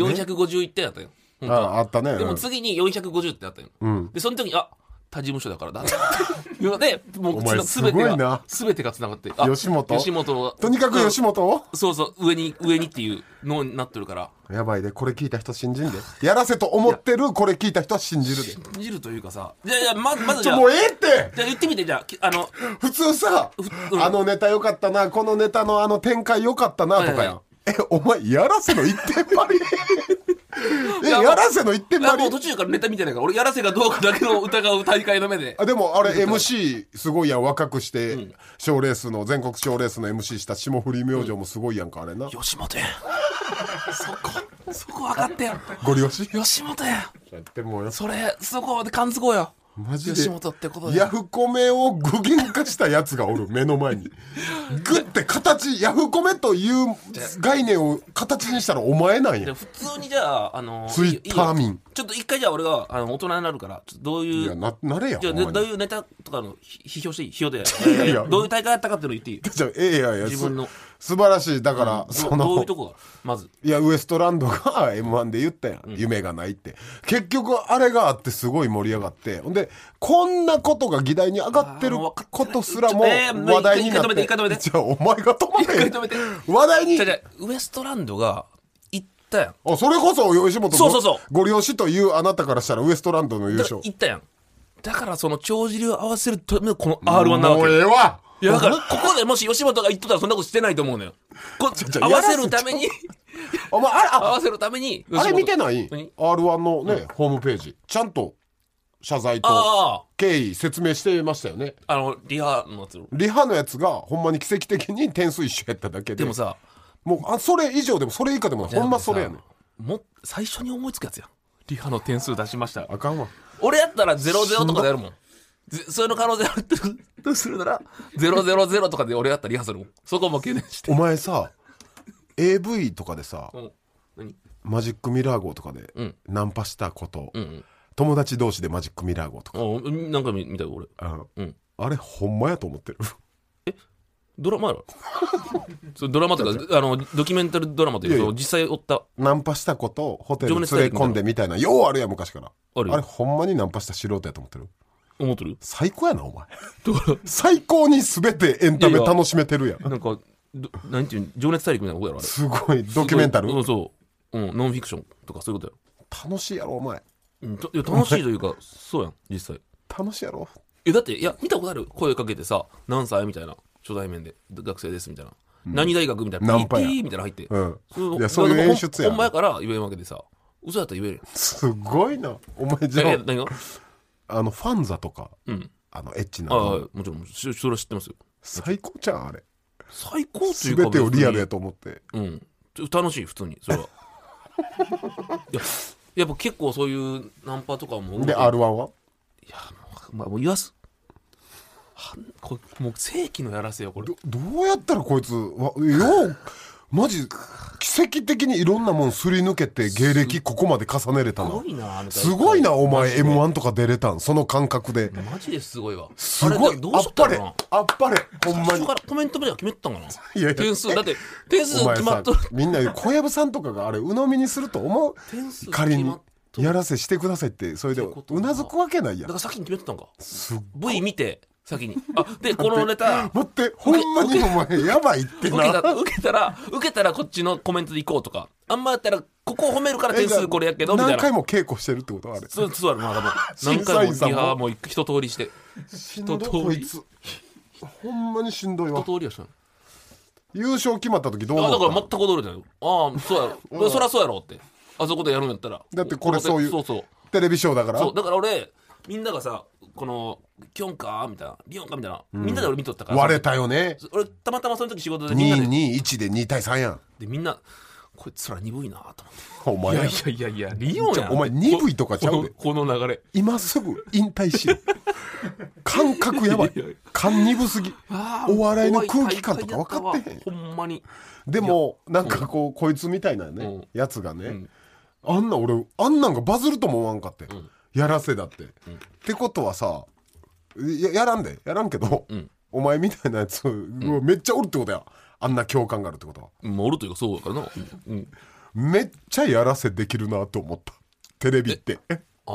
[SPEAKER 4] 451点やったよ、本当は
[SPEAKER 3] ああったね
[SPEAKER 4] でも
[SPEAKER 3] うん
[SPEAKER 4] 次に450ってあったよ、でその時にあ他事務所だからだ っていうのでもう
[SPEAKER 3] お前
[SPEAKER 4] つ
[SPEAKER 3] す
[SPEAKER 4] な全て
[SPEAKER 3] ごいな
[SPEAKER 4] が全てがつながってあ
[SPEAKER 3] 吉本
[SPEAKER 4] 吉本が
[SPEAKER 3] とにかく吉本を
[SPEAKER 4] うんそうそう上に上にっていうのになってるから
[SPEAKER 3] やばいでこれ聞いた人信じんでやらせと思ってるこれ聞いた人は信じるで
[SPEAKER 4] 信じるというかさいやいやまずまず
[SPEAKER 3] ち
[SPEAKER 4] じゃ
[SPEAKER 3] ょ
[SPEAKER 4] あ
[SPEAKER 3] もうええって
[SPEAKER 4] じゃあ言ってみてじゃあきあの
[SPEAKER 3] 普通さ
[SPEAKER 4] う、ん
[SPEAKER 3] あのネタ良かったな、このネタのあの展開良かったなとか
[SPEAKER 4] はいは
[SPEAKER 3] や。え、お前、やらせの一点張 りえ、やらせの一点
[SPEAKER 4] いや
[SPEAKER 3] 張
[SPEAKER 4] もう
[SPEAKER 3] り
[SPEAKER 4] 途中からネタ見てないから俺やらせがどうかだけの疑う大会の 目で
[SPEAKER 3] あでもあれ MC すごいやん若くして賞、レースの全国賞レースの MC した霜降り明星もすごいやんかあれな、
[SPEAKER 4] 吉本やそこそこ分かってよ
[SPEAKER 3] ゴリ押し
[SPEAKER 4] 吉本や
[SPEAKER 3] やってもうよ
[SPEAKER 4] それそこまで感づこうよ
[SPEAKER 3] マジで
[SPEAKER 4] 吉本ってことだ
[SPEAKER 3] ヤフコメを具現化したやつがお る目の前にグッて形ヤフコメという概念を形にしたらお前なん
[SPEAKER 4] じゃ
[SPEAKER 3] や
[SPEAKER 4] あ普通にじゃああの
[SPEAKER 3] ツイッター民
[SPEAKER 4] いいよちょっと一回じゃあ俺があの大人になるからちょっとどう
[SPEAKER 3] い
[SPEAKER 4] い
[SPEAKER 3] や
[SPEAKER 4] う
[SPEAKER 3] ななれや
[SPEAKER 4] じゃあ
[SPEAKER 3] ほんま
[SPEAKER 4] ね
[SPEAKER 3] に
[SPEAKER 4] どういうネタとかのひ批評していい批評で
[SPEAKER 3] い やいや
[SPEAKER 4] どういう大会だったかっていうの言っていい
[SPEAKER 3] じゃあええやいや
[SPEAKER 4] 自分の
[SPEAKER 3] す素晴らしいだから、
[SPEAKER 4] ど
[SPEAKER 3] そ
[SPEAKER 4] どうい
[SPEAKER 3] の
[SPEAKER 4] うとこがまず
[SPEAKER 3] いやウエストランドが m 1で言ったやん、夢がないって結局あれがあってすごい盛り上がってほんでこんなことが議題に上がってる
[SPEAKER 4] あーわかってな
[SPEAKER 3] こ
[SPEAKER 4] い
[SPEAKER 3] とすらも
[SPEAKER 4] ちょっとえーもう
[SPEAKER 3] 話題になって
[SPEAKER 4] 一回止めて一回止めて
[SPEAKER 3] じゃあお前が止ま
[SPEAKER 4] 一
[SPEAKER 3] れ
[SPEAKER 4] 回
[SPEAKER 3] よ
[SPEAKER 4] 止めて
[SPEAKER 3] 話題に
[SPEAKER 4] じゃあじゃあウエストランドが行ったやん
[SPEAKER 3] あそれこそ吉本
[SPEAKER 4] そうそうそう
[SPEAKER 3] ごご利用しというあなたからしたらウエストランドの優
[SPEAKER 4] だから
[SPEAKER 3] 勝
[SPEAKER 4] 言ったやんだからその帳尻を合わせるためのこの R1 なわ
[SPEAKER 3] も
[SPEAKER 4] け
[SPEAKER 3] うええわ
[SPEAKER 4] いやだからここでもし吉本が言っとったらそんなことしてないと思うのよこ
[SPEAKER 3] ちょ
[SPEAKER 4] 合わせるために
[SPEAKER 3] お前あれ
[SPEAKER 4] 合
[SPEAKER 3] あ
[SPEAKER 4] わせるために
[SPEAKER 3] あれ見てない
[SPEAKER 4] 何
[SPEAKER 3] ?R1 のね、ホームページちゃんと謝罪と
[SPEAKER 4] あ
[SPEAKER 3] 経緯説明してましたよね
[SPEAKER 4] ああのリハのやつ
[SPEAKER 3] リハのやつがほんまに奇跡的に点数一緒やっただけで
[SPEAKER 4] でもさ
[SPEAKER 3] もうあそれ以上でもそれ以下でもないほんまそれやねん
[SPEAKER 4] もう最初に思いつくやつやんリハの点数出しました
[SPEAKER 3] あかんわ
[SPEAKER 4] 俺やったら00とかでやるもんぜそれの可能性あるってとするなら000とかで俺やったらリハするもんそこも懸念して
[SPEAKER 3] お前さ AV とかでさ
[SPEAKER 4] うん何
[SPEAKER 3] マジックミラー号とかで
[SPEAKER 4] うん
[SPEAKER 3] ナンパしたこと、
[SPEAKER 4] うんうん
[SPEAKER 3] 友達同士でマジックミラー号とか、
[SPEAKER 4] あうんなんか見見たよ俺
[SPEAKER 3] あの
[SPEAKER 4] うん
[SPEAKER 3] あれほんまやと思ってる
[SPEAKER 4] ドラマ やろそうドラマとか、あの、ドキュメンタルドラマという
[SPEAKER 3] いやい
[SPEAKER 4] か、そ
[SPEAKER 3] や
[SPEAKER 4] の実際追った、
[SPEAKER 3] ナンパしたことをホテル
[SPEAKER 4] 情
[SPEAKER 3] 連れ
[SPEAKER 4] 熱大陸
[SPEAKER 3] 込んでみたいなようあるやん昔から
[SPEAKER 4] あるよ
[SPEAKER 3] あれほんまにナンパした素人やと思ってる
[SPEAKER 4] 思ってる
[SPEAKER 3] 最高やなお前
[SPEAKER 4] だか
[SPEAKER 3] 最高に全てエンタメ楽しめてるやん
[SPEAKER 4] ら、なんか、どなんていうの情熱大陸みたいなことやろ、あれ。
[SPEAKER 3] すごいドキュメンタル
[SPEAKER 4] うん、そう。うん、ノンフィクションとかそういうことや
[SPEAKER 3] 楽しいやろお前
[SPEAKER 4] ろ。うんといや、楽しいという か、そうやん、実際。
[SPEAKER 3] 楽しいやろ
[SPEAKER 4] え、だって、いや、見たことある声かけてさ、何歳みたいな、初対面で、学生です、みたいな。何大学みたいな、
[SPEAKER 3] ナンパや
[SPEAKER 4] ピーピーみたいなの入って。
[SPEAKER 3] うん
[SPEAKER 4] そ
[SPEAKER 3] いやそういう演出やん
[SPEAKER 4] ほんまやから言えんわけでさ、嘘やったら言える
[SPEAKER 3] すごいなお前じ
[SPEAKER 4] やん。
[SPEAKER 3] ゃ
[SPEAKER 4] え、何が
[SPEAKER 3] ああのファンザとか
[SPEAKER 4] うん。
[SPEAKER 3] あのエッチな
[SPEAKER 4] ああ、
[SPEAKER 3] の
[SPEAKER 4] もちろん、もちろんそれは知ってますよ。
[SPEAKER 3] 最高じゃんあれ
[SPEAKER 4] 最高というか
[SPEAKER 3] 全てをリアル
[SPEAKER 4] 別に
[SPEAKER 3] やと思って
[SPEAKER 4] うん。ちょ楽しい、普通に、それは。 いや、やっぱ結構そういうナンパとかも。
[SPEAKER 3] で R1 は
[SPEAKER 4] まあ、もう言わす。はんこれもう正規のやらせよ、これ
[SPEAKER 3] ど。どうやったらこいつわようマジ奇跡的にいろんなもんすり抜けて芸歴ここまで重ねれた
[SPEAKER 4] す
[SPEAKER 3] な
[SPEAKER 4] ごいな、あの
[SPEAKER 3] すごいなお
[SPEAKER 4] マ
[SPEAKER 3] 前
[SPEAKER 4] ジで
[SPEAKER 3] m 1とか出れたんその感覚です
[SPEAKER 4] マジですごいわ。
[SPEAKER 3] すご
[SPEAKER 4] あ
[SPEAKER 3] い
[SPEAKER 4] れど
[SPEAKER 3] あ
[SPEAKER 4] う
[SPEAKER 3] っ
[SPEAKER 4] し
[SPEAKER 3] ぱ
[SPEAKER 4] た
[SPEAKER 3] れ
[SPEAKER 4] かな
[SPEAKER 3] あっぱれほんま
[SPEAKER 4] 最
[SPEAKER 3] に
[SPEAKER 4] 初からコメントまでは決めてたんかない
[SPEAKER 3] やいや
[SPEAKER 4] 点数、だって、点数
[SPEAKER 3] お前
[SPEAKER 4] 決ま
[SPEAKER 3] さ
[SPEAKER 4] っとる。
[SPEAKER 3] みんな小籔さんとかがあれ鵜呑みにすると思う
[SPEAKER 4] 点数
[SPEAKER 3] 仮
[SPEAKER 4] 決
[SPEAKER 3] に
[SPEAKER 4] まっとる。
[SPEAKER 3] やらせしてくださいってそれで
[SPEAKER 4] ってこと
[SPEAKER 3] う
[SPEAKER 4] は
[SPEAKER 3] なずくわけないや
[SPEAKER 4] だ
[SPEAKER 3] ん
[SPEAKER 4] から先に決めてたんか。
[SPEAKER 3] すっ
[SPEAKER 4] V 見て、先に。あ、で、このネタ。
[SPEAKER 3] 待ってほんまにお前やばいって
[SPEAKER 4] 受け
[SPEAKER 3] な
[SPEAKER 4] た受けたら受けたらこっちのコメントで行こうとかあんまやったらここを褒めるから点数これやけどみたい
[SPEAKER 3] 何
[SPEAKER 4] な
[SPEAKER 3] 回も稽古してるってことあれ
[SPEAKER 4] そうそうやろな多分
[SPEAKER 3] 審
[SPEAKER 4] 何
[SPEAKER 3] 査
[SPEAKER 4] 回
[SPEAKER 3] 員
[SPEAKER 4] も
[SPEAKER 3] さん
[SPEAKER 4] リ
[SPEAKER 3] も
[SPEAKER 4] ハも一通りして
[SPEAKER 3] しんどい
[SPEAKER 4] 一通り
[SPEAKER 3] こいつほんまにしんどい
[SPEAKER 4] 一
[SPEAKER 3] わ
[SPEAKER 4] 通りはしたの
[SPEAKER 3] 優勝決まった時どう
[SPEAKER 4] あだから
[SPEAKER 3] 思
[SPEAKER 4] 全
[SPEAKER 3] っ
[SPEAKER 4] く驚いてないよああそうや ろそりゃそうやろってあそこでやるんやったら
[SPEAKER 3] だってこれ
[SPEAKER 4] ここで
[SPEAKER 3] そういう
[SPEAKER 4] そうそう
[SPEAKER 3] たテレビショーだから
[SPEAKER 4] そうだから俺みんながさこのキョンかみたいなビヨンかみたいな、みんなで俺見とったから
[SPEAKER 3] 割れたよね
[SPEAKER 4] そ俺たまたまその時仕事でみんなで
[SPEAKER 3] 221で2対3やん
[SPEAKER 4] でみんなこいつら鈍いなと思って
[SPEAKER 3] お前や
[SPEAKER 4] いやいやいやリオン
[SPEAKER 3] ちょお前鈍いとかちゃうで
[SPEAKER 4] このこの 流れ
[SPEAKER 3] 今すぐ引退しろ感覚やばい
[SPEAKER 4] いやいや
[SPEAKER 3] 感鈍すぎ
[SPEAKER 4] あー
[SPEAKER 3] お笑いの空
[SPEAKER 4] 怖
[SPEAKER 3] 気感とか分かってへん
[SPEAKER 4] 大会やたわほんまに
[SPEAKER 3] でもなんかこうこいつみたいなね、
[SPEAKER 4] うん
[SPEAKER 3] やつがね、
[SPEAKER 4] ん
[SPEAKER 3] あんな俺あんなんがバズるとも思わんかって、やらせだって、ってことはさややらんでやらんけど、
[SPEAKER 4] ん
[SPEAKER 3] お前みたいなやつ、うわめっちゃおるってことやあんな共感があるってことは
[SPEAKER 4] もうおるというかそうかな、うん、
[SPEAKER 3] めっちゃやらせできるなと思ったテレビって
[SPEAKER 4] ああ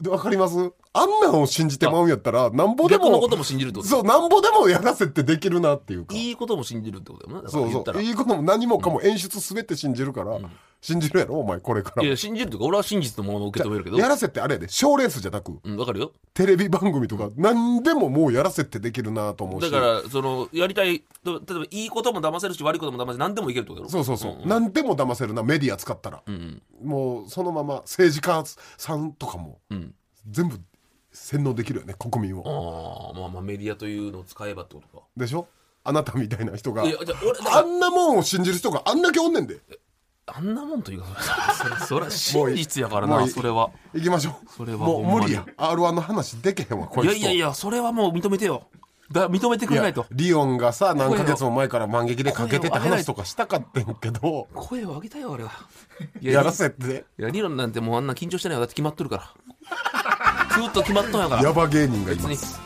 [SPEAKER 3] でわかりますあんなんを信じてまうんやったらなんぼで
[SPEAKER 4] 逆の
[SPEAKER 3] も
[SPEAKER 4] ことも信じるってこと
[SPEAKER 3] そうなんぼでもやらせってできるなっていうか
[SPEAKER 4] いいことも信じるってことだよなだから
[SPEAKER 3] そう
[SPEAKER 4] 言った
[SPEAKER 3] そ
[SPEAKER 4] ら
[SPEAKER 3] ういいことも何もかも演出すべて信じるから、信じるやろお前これから
[SPEAKER 4] い
[SPEAKER 3] も
[SPEAKER 4] や信じるというか俺は真実のものを受け止めるけど
[SPEAKER 3] やらせってあれやで賞レースじゃなく
[SPEAKER 4] うん、わかるよ
[SPEAKER 3] テレビ番組とか何でももうやらせってできるなと思うし
[SPEAKER 4] だからそのやりたいと例えばいいことも騙せるし悪いことも騙せる何でもいけるってことだろ
[SPEAKER 3] そうそうそう、
[SPEAKER 4] ん
[SPEAKER 3] 何でも騙せるなメディア使ったら、
[SPEAKER 4] ん
[SPEAKER 3] もうそのまま政治家さんとかも
[SPEAKER 4] うん
[SPEAKER 3] 全部洗脳できるよね国民を
[SPEAKER 4] ああまあまあメディアというのを使えばってこと
[SPEAKER 3] でしょあなたみたいな人が
[SPEAKER 4] かいやじゃあ俺だ
[SPEAKER 3] あ
[SPEAKER 4] から
[SPEAKER 3] んなもんを信じる人があんだけおんねんで
[SPEAKER 4] あんなもんというか それ それそれ真実やから
[SPEAKER 3] もう
[SPEAKER 4] ない
[SPEAKER 3] い
[SPEAKER 4] それは
[SPEAKER 3] 行きましょう
[SPEAKER 4] それは
[SPEAKER 3] も
[SPEAKER 4] ほ
[SPEAKER 3] うん
[SPEAKER 4] まに
[SPEAKER 3] 無理や r 1の話でけへんわこ
[SPEAKER 4] い
[SPEAKER 3] いつ
[SPEAKER 4] や
[SPEAKER 3] と
[SPEAKER 4] いやいやそれはもう認めてよだ認めてくれないと
[SPEAKER 3] いやリオンがさ何ヶ月も前から万劇でかけてた話とかしたかってんけど
[SPEAKER 4] 声を上げたよ俺はい
[SPEAKER 3] やらせって
[SPEAKER 4] いや理論なんてもうあんな緊張してないよだって決まっとる からずっと決まっとんやから
[SPEAKER 3] ヤバ芸人がい
[SPEAKER 4] 別
[SPEAKER 3] ま
[SPEAKER 4] に
[SPEAKER 3] す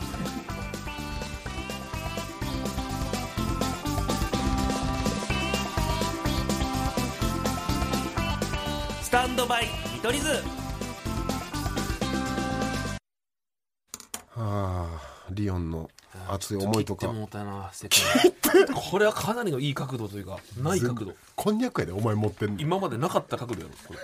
[SPEAKER 4] スタンドバイ見取り図
[SPEAKER 3] はあリオンの熱い思いとか
[SPEAKER 4] もうたな世界 これはかなりのいい角度というかない角度
[SPEAKER 3] こんにゃくやでお前持ってんの
[SPEAKER 4] 今までなかった角度やろこれ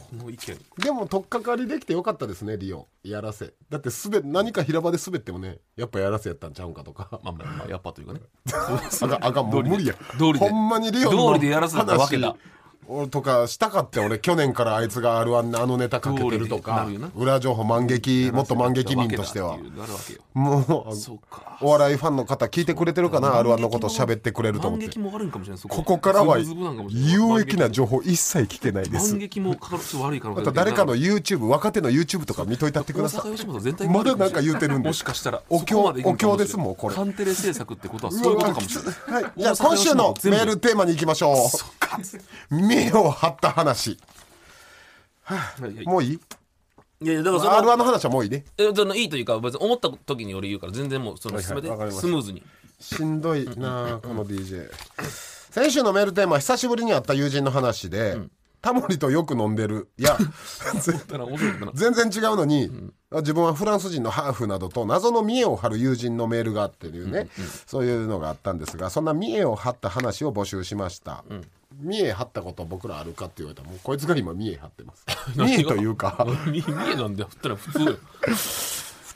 [SPEAKER 4] この意見
[SPEAKER 3] でも取っかかりできてよかったですねリオンやらせだってすべ何か平場で滑ってもねやっぱやらせやったんちゃうんかと か
[SPEAKER 4] まあまあまあやっぱというかね
[SPEAKER 3] あかんあかんもう無理や
[SPEAKER 4] 道理で
[SPEAKER 3] ほんまにリオンの
[SPEAKER 4] 道理でやらせたわけだ
[SPEAKER 3] 話俺とかしたかって俺去年からあいつが r 1のあのネタかけてると
[SPEAKER 4] 道
[SPEAKER 3] か
[SPEAKER 4] 理でなるよ
[SPEAKER 3] 裏情報万劇もっと万劇民としては
[SPEAKER 4] なるわけよ
[SPEAKER 3] もう
[SPEAKER 4] そうか
[SPEAKER 3] お笑いファンの方聞いてくれてるかな r 1のこと喋ってくれると思って
[SPEAKER 4] 万劇もあるんかもしれないそ
[SPEAKER 3] ここからは
[SPEAKER 4] ズブズブなんかもしれい
[SPEAKER 3] 有益な情報一切聞けないです
[SPEAKER 4] 万劇もかかると悪い可能
[SPEAKER 3] あ
[SPEAKER 4] 性
[SPEAKER 3] と誰かの YouTube 若手の YouTube とか見といたってく
[SPEAKER 4] 大
[SPEAKER 3] ださ
[SPEAKER 4] 阪
[SPEAKER 3] い
[SPEAKER 4] 吉本全体
[SPEAKER 3] まだなんか言うてるんで
[SPEAKER 4] もしかしたら
[SPEAKER 3] お
[SPEAKER 4] そこま
[SPEAKER 3] 経
[SPEAKER 4] で行
[SPEAKER 3] お経
[SPEAKER 4] くのかもしれない
[SPEAKER 3] ですもんこれ
[SPEAKER 4] カンテレ政策ってことはそういうことかもしれ な
[SPEAKER 3] わは
[SPEAKER 4] いう
[SPEAKER 3] い、じゃあ今週のメールテーマに行きましょう目を張った話
[SPEAKER 4] いやいや
[SPEAKER 3] もういい
[SPEAKER 4] いやいやだからそ
[SPEAKER 3] r
[SPEAKER 4] の
[SPEAKER 3] 1の話はもういいね
[SPEAKER 4] えそのいいというか別に思った時に俺言うから全然もうその進めて
[SPEAKER 3] はいはいわかりまし
[SPEAKER 4] ス
[SPEAKER 3] た
[SPEAKER 4] ムー ズに
[SPEAKER 3] しんどいなあこの DJ 先週のメールテーマ久しぶりに会った友人の話で、タモリとよく飲んでるいや
[SPEAKER 4] だから面白かったな
[SPEAKER 3] 全然違うのに、自分はフランス人のハーフなどと謎の見栄を張る友人のメールがあっていうね、そういうのがあったんですがそんな見栄を張った話を募集しました、見栄張ったこと僕らあるかって言われたらもうこいつが今見栄張ってます 見栄というか
[SPEAKER 4] 見見えなんだよ振ったら普通よ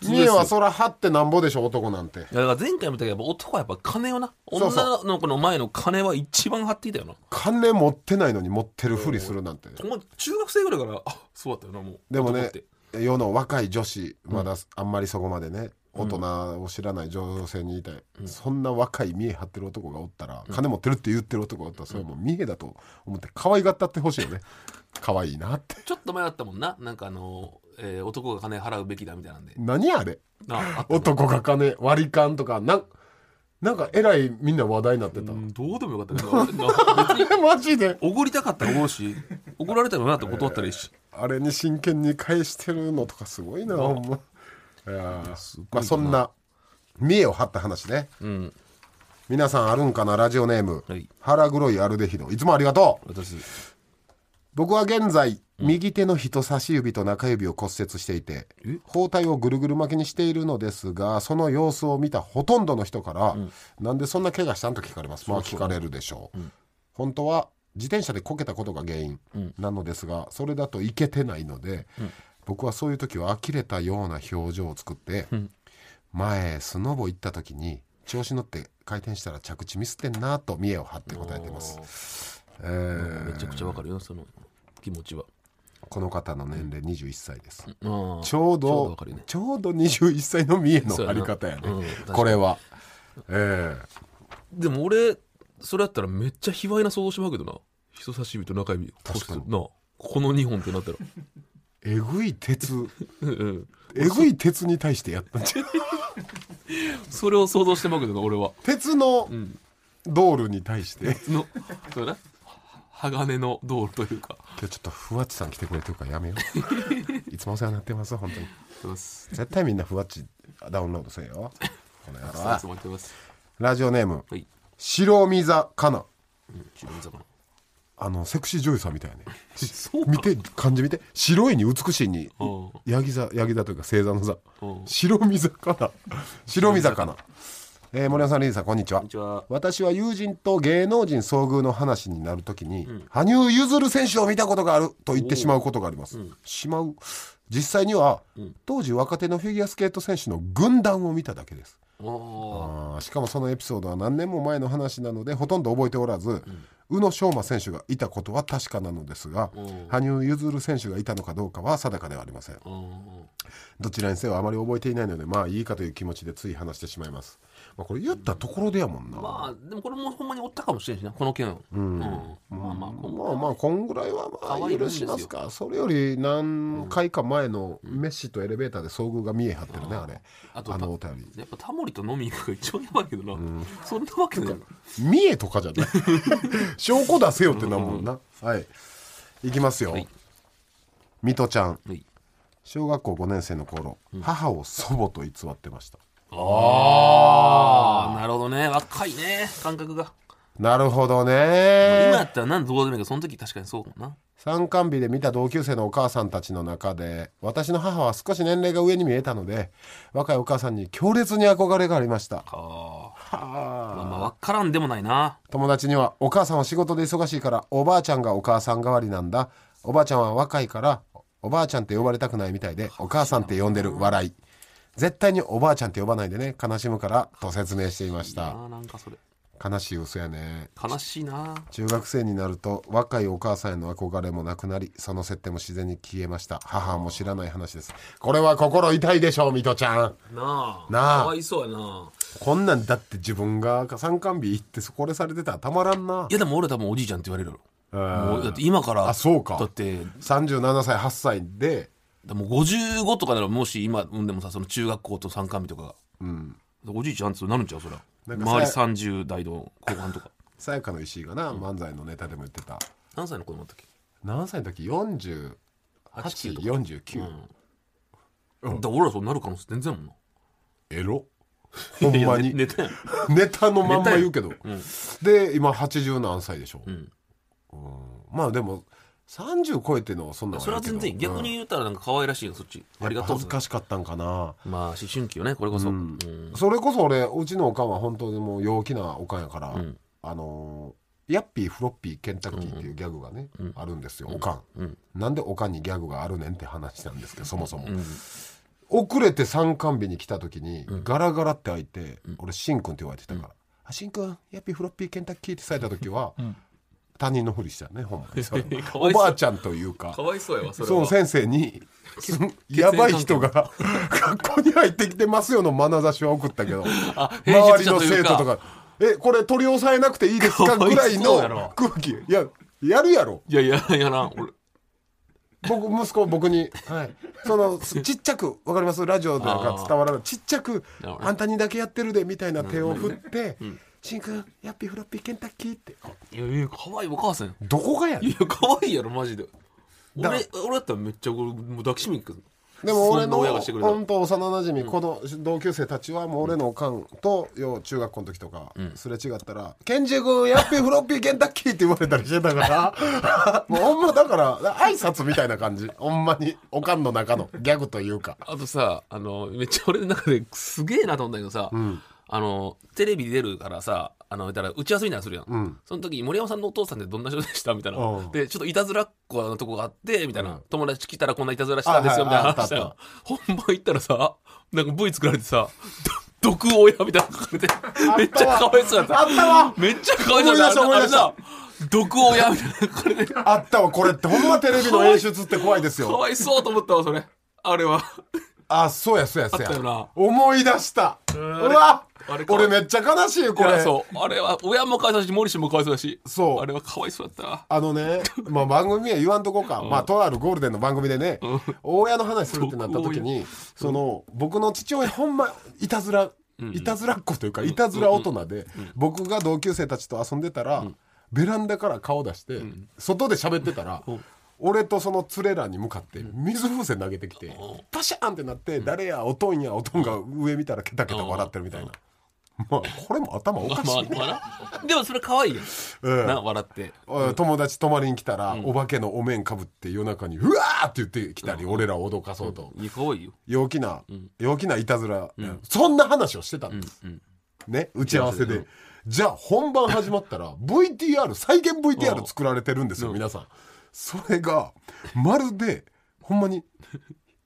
[SPEAKER 4] いや
[SPEAKER 3] 見栄はそら張ってなんぼでしょ男なんて
[SPEAKER 4] だから前回も言ったけどやっぱ男はやっぱ金をな
[SPEAKER 3] そうそう
[SPEAKER 4] 女の子の前の金は一番張っていたよな
[SPEAKER 3] 金持ってないのに持ってるふりするなんて
[SPEAKER 4] お前中学生ぐらいからあそうだったよなもう
[SPEAKER 3] でも
[SPEAKER 4] 男
[SPEAKER 3] ね
[SPEAKER 4] って
[SPEAKER 3] 世の若い女子まだあんまりそこまでね、大人を知らない女性にいたい、そんな若い見栄張ってる男がおったら、金持ってるって言ってる男がおったらそれはもう見栄だと思って可愛がったってほしいよね可愛いな って
[SPEAKER 4] ちょっと前あったもんななんかあの、えー男が金払うべきだみたいなんで
[SPEAKER 3] 何あれ
[SPEAKER 4] なあ った
[SPEAKER 3] 男が金割り勘とかなんなんかえらいみんな話題になってた、
[SPEAKER 4] うんどうでもよかったけど な別に
[SPEAKER 3] マジで
[SPEAKER 4] おごりたかったらおごるし怒られたらなって断ったらいいし
[SPEAKER 3] あれに真剣に返してるのとかすごいな、ほんまいやーまあそんな見栄を張った話ね
[SPEAKER 4] うん
[SPEAKER 3] 皆さんあるんかなラジオネーム、
[SPEAKER 4] はい
[SPEAKER 3] 腹黒いアルデヒドいつもありがとう
[SPEAKER 4] 私
[SPEAKER 3] 僕は現在右手の人差し指と中指を骨折していて
[SPEAKER 4] え
[SPEAKER 3] 包帯をぐるぐる巻きにしているのですがその様子を見たほとんどの人から、なんでそんな怪我したんと聞かれますまあ聞かれるでしょう、本当は自転車でこけたことが原因なのですが、それだといけてないので、僕はそういう時は呆れたような表情を作って、前スノボ行った時に調子乗って回転したら着地ミスってんなと見栄を張って答えてます、えー
[SPEAKER 4] めちゃくちゃわかるよその気持ちは
[SPEAKER 3] この方の年齢21歳です、
[SPEAKER 4] うん
[SPEAKER 3] ちょう
[SPEAKER 4] ちょうど
[SPEAKER 3] ど
[SPEAKER 4] わかるね
[SPEAKER 3] ちょうど21歳の三重
[SPEAKER 4] そ
[SPEAKER 3] の
[SPEAKER 4] うや
[SPEAKER 3] あ
[SPEAKER 4] な
[SPEAKER 3] り方やね、
[SPEAKER 4] うん確かに
[SPEAKER 3] これはええ
[SPEAKER 4] でも俺それやったらめっちゃ卑猥な想像してまうけどな人差し指と中指
[SPEAKER 3] 確かに
[SPEAKER 4] こうなこの2本ってなったら
[SPEAKER 3] えぐい鉄
[SPEAKER 4] うんうん
[SPEAKER 3] えぐい鉄に対してや ったんじゃん
[SPEAKER 4] それを想像してまうけどな俺は
[SPEAKER 3] 鉄の
[SPEAKER 4] うん
[SPEAKER 3] 道路に対して
[SPEAKER 4] のそうやな鋼の道路というか
[SPEAKER 3] 今日ちょっとふわっちさん来てくれてるからやめよういつもお世話になってます本当に
[SPEAKER 4] そうです
[SPEAKER 3] 絶対みんなふわっちダウンロードせえよこの野郎
[SPEAKER 4] そうで
[SPEAKER 3] は
[SPEAKER 4] す思ってます
[SPEAKER 3] ラジオネーム
[SPEAKER 4] はい
[SPEAKER 3] 白身座かな
[SPEAKER 4] 白身魚
[SPEAKER 3] あのセクシー女優さんみたいや ね
[SPEAKER 4] そうか
[SPEAKER 3] 見て漢字見て白いに美しいに
[SPEAKER 4] うん
[SPEAKER 3] ヤギ座ヤギ座というか星座の座
[SPEAKER 4] うん
[SPEAKER 3] 白身 魚白身魚えー森山さんリリーさんこんにちは
[SPEAKER 4] こんにちは
[SPEAKER 3] 私は友人と芸能人遭遇の話になるときに、羽生結弦選手を見たことがあると言ってしまうことがあります、しまう実際には、当時若手のフィギュアスケート選手の軍団を見ただけです
[SPEAKER 4] あ
[SPEAKER 3] あーしかもそのエピソードは何年も前の話なのでほとんど覚えておらず、宇野昌磨選手がいたことは確かなのですが、羽生結弦選手がいたのかどうかは定かではありません
[SPEAKER 4] あうん
[SPEAKER 3] どちらにせよあまり覚えていないのでまあいいかという気持ちでつい話してしまいます、まあ、これ言ったところでやもんな、
[SPEAKER 4] まあでもこれもほんまにおったかもしれんしなこの件うんまあまあこ
[SPEAKER 3] まあまあこんぐらいはま
[SPEAKER 4] 可
[SPEAKER 3] あ
[SPEAKER 4] 愛いもん
[SPEAKER 3] 許
[SPEAKER 4] です
[SPEAKER 3] し
[SPEAKER 4] よ
[SPEAKER 3] ますかそれより何回か前のメッシとエレベーターで遭遇が見え張ってるねあれ
[SPEAKER 4] あと
[SPEAKER 3] あのお便り
[SPEAKER 4] やっぱタモリと飲み行くが一番やばいけどな、そんなわけない
[SPEAKER 3] 見えとかじ ゃない証拠出せよってなもんなはいいきますよ
[SPEAKER 4] はい
[SPEAKER 3] 水戸ちゃん
[SPEAKER 4] はい
[SPEAKER 3] 小学校5年生の頃母を祖母と偽ってました
[SPEAKER 4] ああなるほどね若いね感覚が、
[SPEAKER 3] なるほど
[SPEAKER 4] 今や
[SPEAKER 3] ね
[SPEAKER 4] ったら何どうでもいいけどその時確かにそうかもな
[SPEAKER 3] 参観日で見た同級生のお母さんたちの中で私の母は少し年齢が上に見えたので若いお母さんに強烈に憧れがありました
[SPEAKER 4] ああまあまあ分からんでもないな
[SPEAKER 3] 友達には「お母さんは仕事で忙しいからおばあちゃんがお母さん代わりなんだおばあちゃんは若いからおばあちゃんって呼ばれたくないみたいでお母さんって呼んでる笑い絶対におばあちゃんって呼ばないでね悲しむから」と説明していまし
[SPEAKER 4] あ
[SPEAKER 3] た
[SPEAKER 4] ーなんかそれ
[SPEAKER 3] 悲しい嘘やね
[SPEAKER 4] 悲しいな
[SPEAKER 3] 中学生になると若いお母さんへの憧れもなくなりその設定も自然に消えました母も知らない話ですこれは心痛いでしょうミトちゃん
[SPEAKER 4] なあ
[SPEAKER 3] なあ
[SPEAKER 4] かわいそうやな
[SPEAKER 3] こんなんだって自分が参観日行ってこれされてたらたまらんない
[SPEAKER 4] やでも俺多分おじいちゃんって言われるやろ
[SPEAKER 3] う
[SPEAKER 4] も
[SPEAKER 3] ん
[SPEAKER 4] うだって今から
[SPEAKER 3] あそうか
[SPEAKER 4] だってだ
[SPEAKER 3] 37歳8歳で
[SPEAKER 4] もう55とかならもし今うんでもさその中学校と参観日とかがおじいちゃんってなるんちゃうそりゃ
[SPEAKER 3] なんかさ
[SPEAKER 4] 周り30代の後半とか
[SPEAKER 3] さやかの石井がな漫才のネタでも言ってた
[SPEAKER 4] 何歳の子供だったっけ
[SPEAKER 3] 何歳の時4849
[SPEAKER 4] 8 9
[SPEAKER 3] 49
[SPEAKER 4] だから俺らそうなる可能性全然あるもんな
[SPEAKER 3] エロほんまに
[SPEAKER 4] いやねネタやん
[SPEAKER 3] ネタのまんま言うけど
[SPEAKER 4] うん
[SPEAKER 3] で今80何歳でしょ
[SPEAKER 4] うん
[SPEAKER 3] まあでも30超えてのそんなん
[SPEAKER 4] それは全然いい逆に言ったらなんか可愛らしいよそっちあ
[SPEAKER 3] あり
[SPEAKER 4] りが
[SPEAKER 3] が
[SPEAKER 4] とう
[SPEAKER 3] 恥ずかしかったんかな
[SPEAKER 4] まあ思春期よねこれこそうん
[SPEAKER 3] それこそ俺うちのおかんは本当にもう陽気なおかんやから
[SPEAKER 4] うん
[SPEAKER 3] あのーヤッピーフロッピーケンタッキーっていうギャグがねあるんですよおか
[SPEAKER 4] うん
[SPEAKER 3] んなんでおかんにギャグがあるねんって話なんですけどそもそも
[SPEAKER 4] うん
[SPEAKER 3] 遅れて参観日に来た時に、ガラガラって開いて、俺しんくんって言われてたから「あしんくんやっぴフロッピーケンタッキー」ってされた時は、他人のふりしたよねほんまにそれ
[SPEAKER 4] かわ
[SPEAKER 3] お
[SPEAKER 4] いそう
[SPEAKER 3] ばあちゃんというか
[SPEAKER 4] かわいそうやわそれ
[SPEAKER 3] その
[SPEAKER 4] は
[SPEAKER 3] 先生に「やばい人が学校に入ってきてますよ」の眼差しは送ったけど
[SPEAKER 4] あ平
[SPEAKER 3] 周り
[SPEAKER 4] 日者
[SPEAKER 3] の
[SPEAKER 4] とい
[SPEAKER 3] 生
[SPEAKER 4] う
[SPEAKER 3] 徒と
[SPEAKER 4] か
[SPEAKER 3] か「えこれ取り押さえなくていいです か?」ぐらい
[SPEAKER 4] かわいそう
[SPEAKER 3] の
[SPEAKER 4] やろ
[SPEAKER 3] 空気いややるやろ
[SPEAKER 4] いやいやいやな俺
[SPEAKER 3] 僕息子僕に、そのすちっちゃくわかりますラジオなんか伝わらないちっちゃく
[SPEAKER 4] なるほど
[SPEAKER 3] あんたにだけやってるでみたいな手を振って「しんくんやっぴフラッピーケンタッキー」って
[SPEAKER 4] いやいや可愛いお母さんや
[SPEAKER 3] どこがや
[SPEAKER 4] い
[SPEAKER 3] ねん
[SPEAKER 4] や可愛いやろマジで俺
[SPEAKER 3] だから
[SPEAKER 4] 俺だったらめっちゃ俺もう抱きしめに行くけど
[SPEAKER 3] でも俺
[SPEAKER 4] そんな
[SPEAKER 3] の
[SPEAKER 4] 親がしてくれたら
[SPEAKER 3] 本当幼なじみこの同級生たちはもう俺のおかんとよ中学校の時とかすれ違ったら「ケンジ君やっぴフラッピーケンタッキー」って言われたりしてたから もうほんまだから挨拶みたいな感じほんまにおかんの中のギャグというか
[SPEAKER 4] あとさあのめっちゃ俺の中ですげえなと思ったけどさ、あのテレビ出るからさあの言ったら打ち合わせみたいなのするやん、その時に森山さんのお父さんってどんな人でしたみたいな、
[SPEAKER 3] うん
[SPEAKER 4] でちょっといたずらっ子なとこがあってみたいな、友達来たらこんないたずらしたんですよみたいな
[SPEAKER 3] あはい
[SPEAKER 4] 話した
[SPEAKER 3] あ
[SPEAKER 4] ら
[SPEAKER 3] っ
[SPEAKER 4] 本番行ったらさなんか V 作られてさ「ど毒親」みたいなの書かれてめっちゃかわいそうやった
[SPEAKER 3] あったわ
[SPEAKER 4] めっちゃかわいそうやった
[SPEAKER 3] 思い出した
[SPEAKER 4] あれ
[SPEAKER 3] 思い出し
[SPEAKER 4] さ毒をやめる。これで、
[SPEAKER 3] あったわ、これって。ほんまテレビの演出って怖いです
[SPEAKER 4] か
[SPEAKER 3] よ。
[SPEAKER 4] わいそうと思ったわ、それ。あれは。
[SPEAKER 3] あ、そうや、そうや、そう
[SPEAKER 4] あったよ
[SPEAKER 3] や
[SPEAKER 4] な。
[SPEAKER 3] 思い出した。うわ
[SPEAKER 4] あれか
[SPEAKER 3] 俺めっちゃ悲しいよ、こ
[SPEAKER 4] いや
[SPEAKER 3] れ。
[SPEAKER 4] そう。あれは、親もかわいそうだし、モリシもかわいそうだし。
[SPEAKER 3] そう
[SPEAKER 4] あれはかわいそうだったな。
[SPEAKER 3] あのね、まあ番組は言わんとこか。まあとあるゴールデンの番組でね、大家の話するってなった時に、その、僕の父親ほんま、いたずら、いたずらっ子というか、いたずら大人で、僕が同級生たちと遊んでたら、ベランダから顔出して、外で喋ってたら、俺とその連れらに向かって水風船投げてきて、パシャーンってなって、誰や、おとんや、おとんが上見たらケタケタ笑ってるみたいな。まあ、これも頭おかしいね。
[SPEAKER 4] まあなでもそれ可愛いよ。
[SPEAKER 3] うん
[SPEAKER 4] な、笑って。
[SPEAKER 3] うん友達泊まりに来たら、お化けのお面かぶって夜中に「うわー!」って言ってきたり、俺らを脅かそうと、
[SPEAKER 4] いや、可愛いよ。
[SPEAKER 3] 陽気な、陽気ないたずら、そんな話をしてたんです、ね打ち合わせで、じゃあ本番始まったら VTR 再現 VTR 作られてるんですよ、皆さんそれがまるでほんまに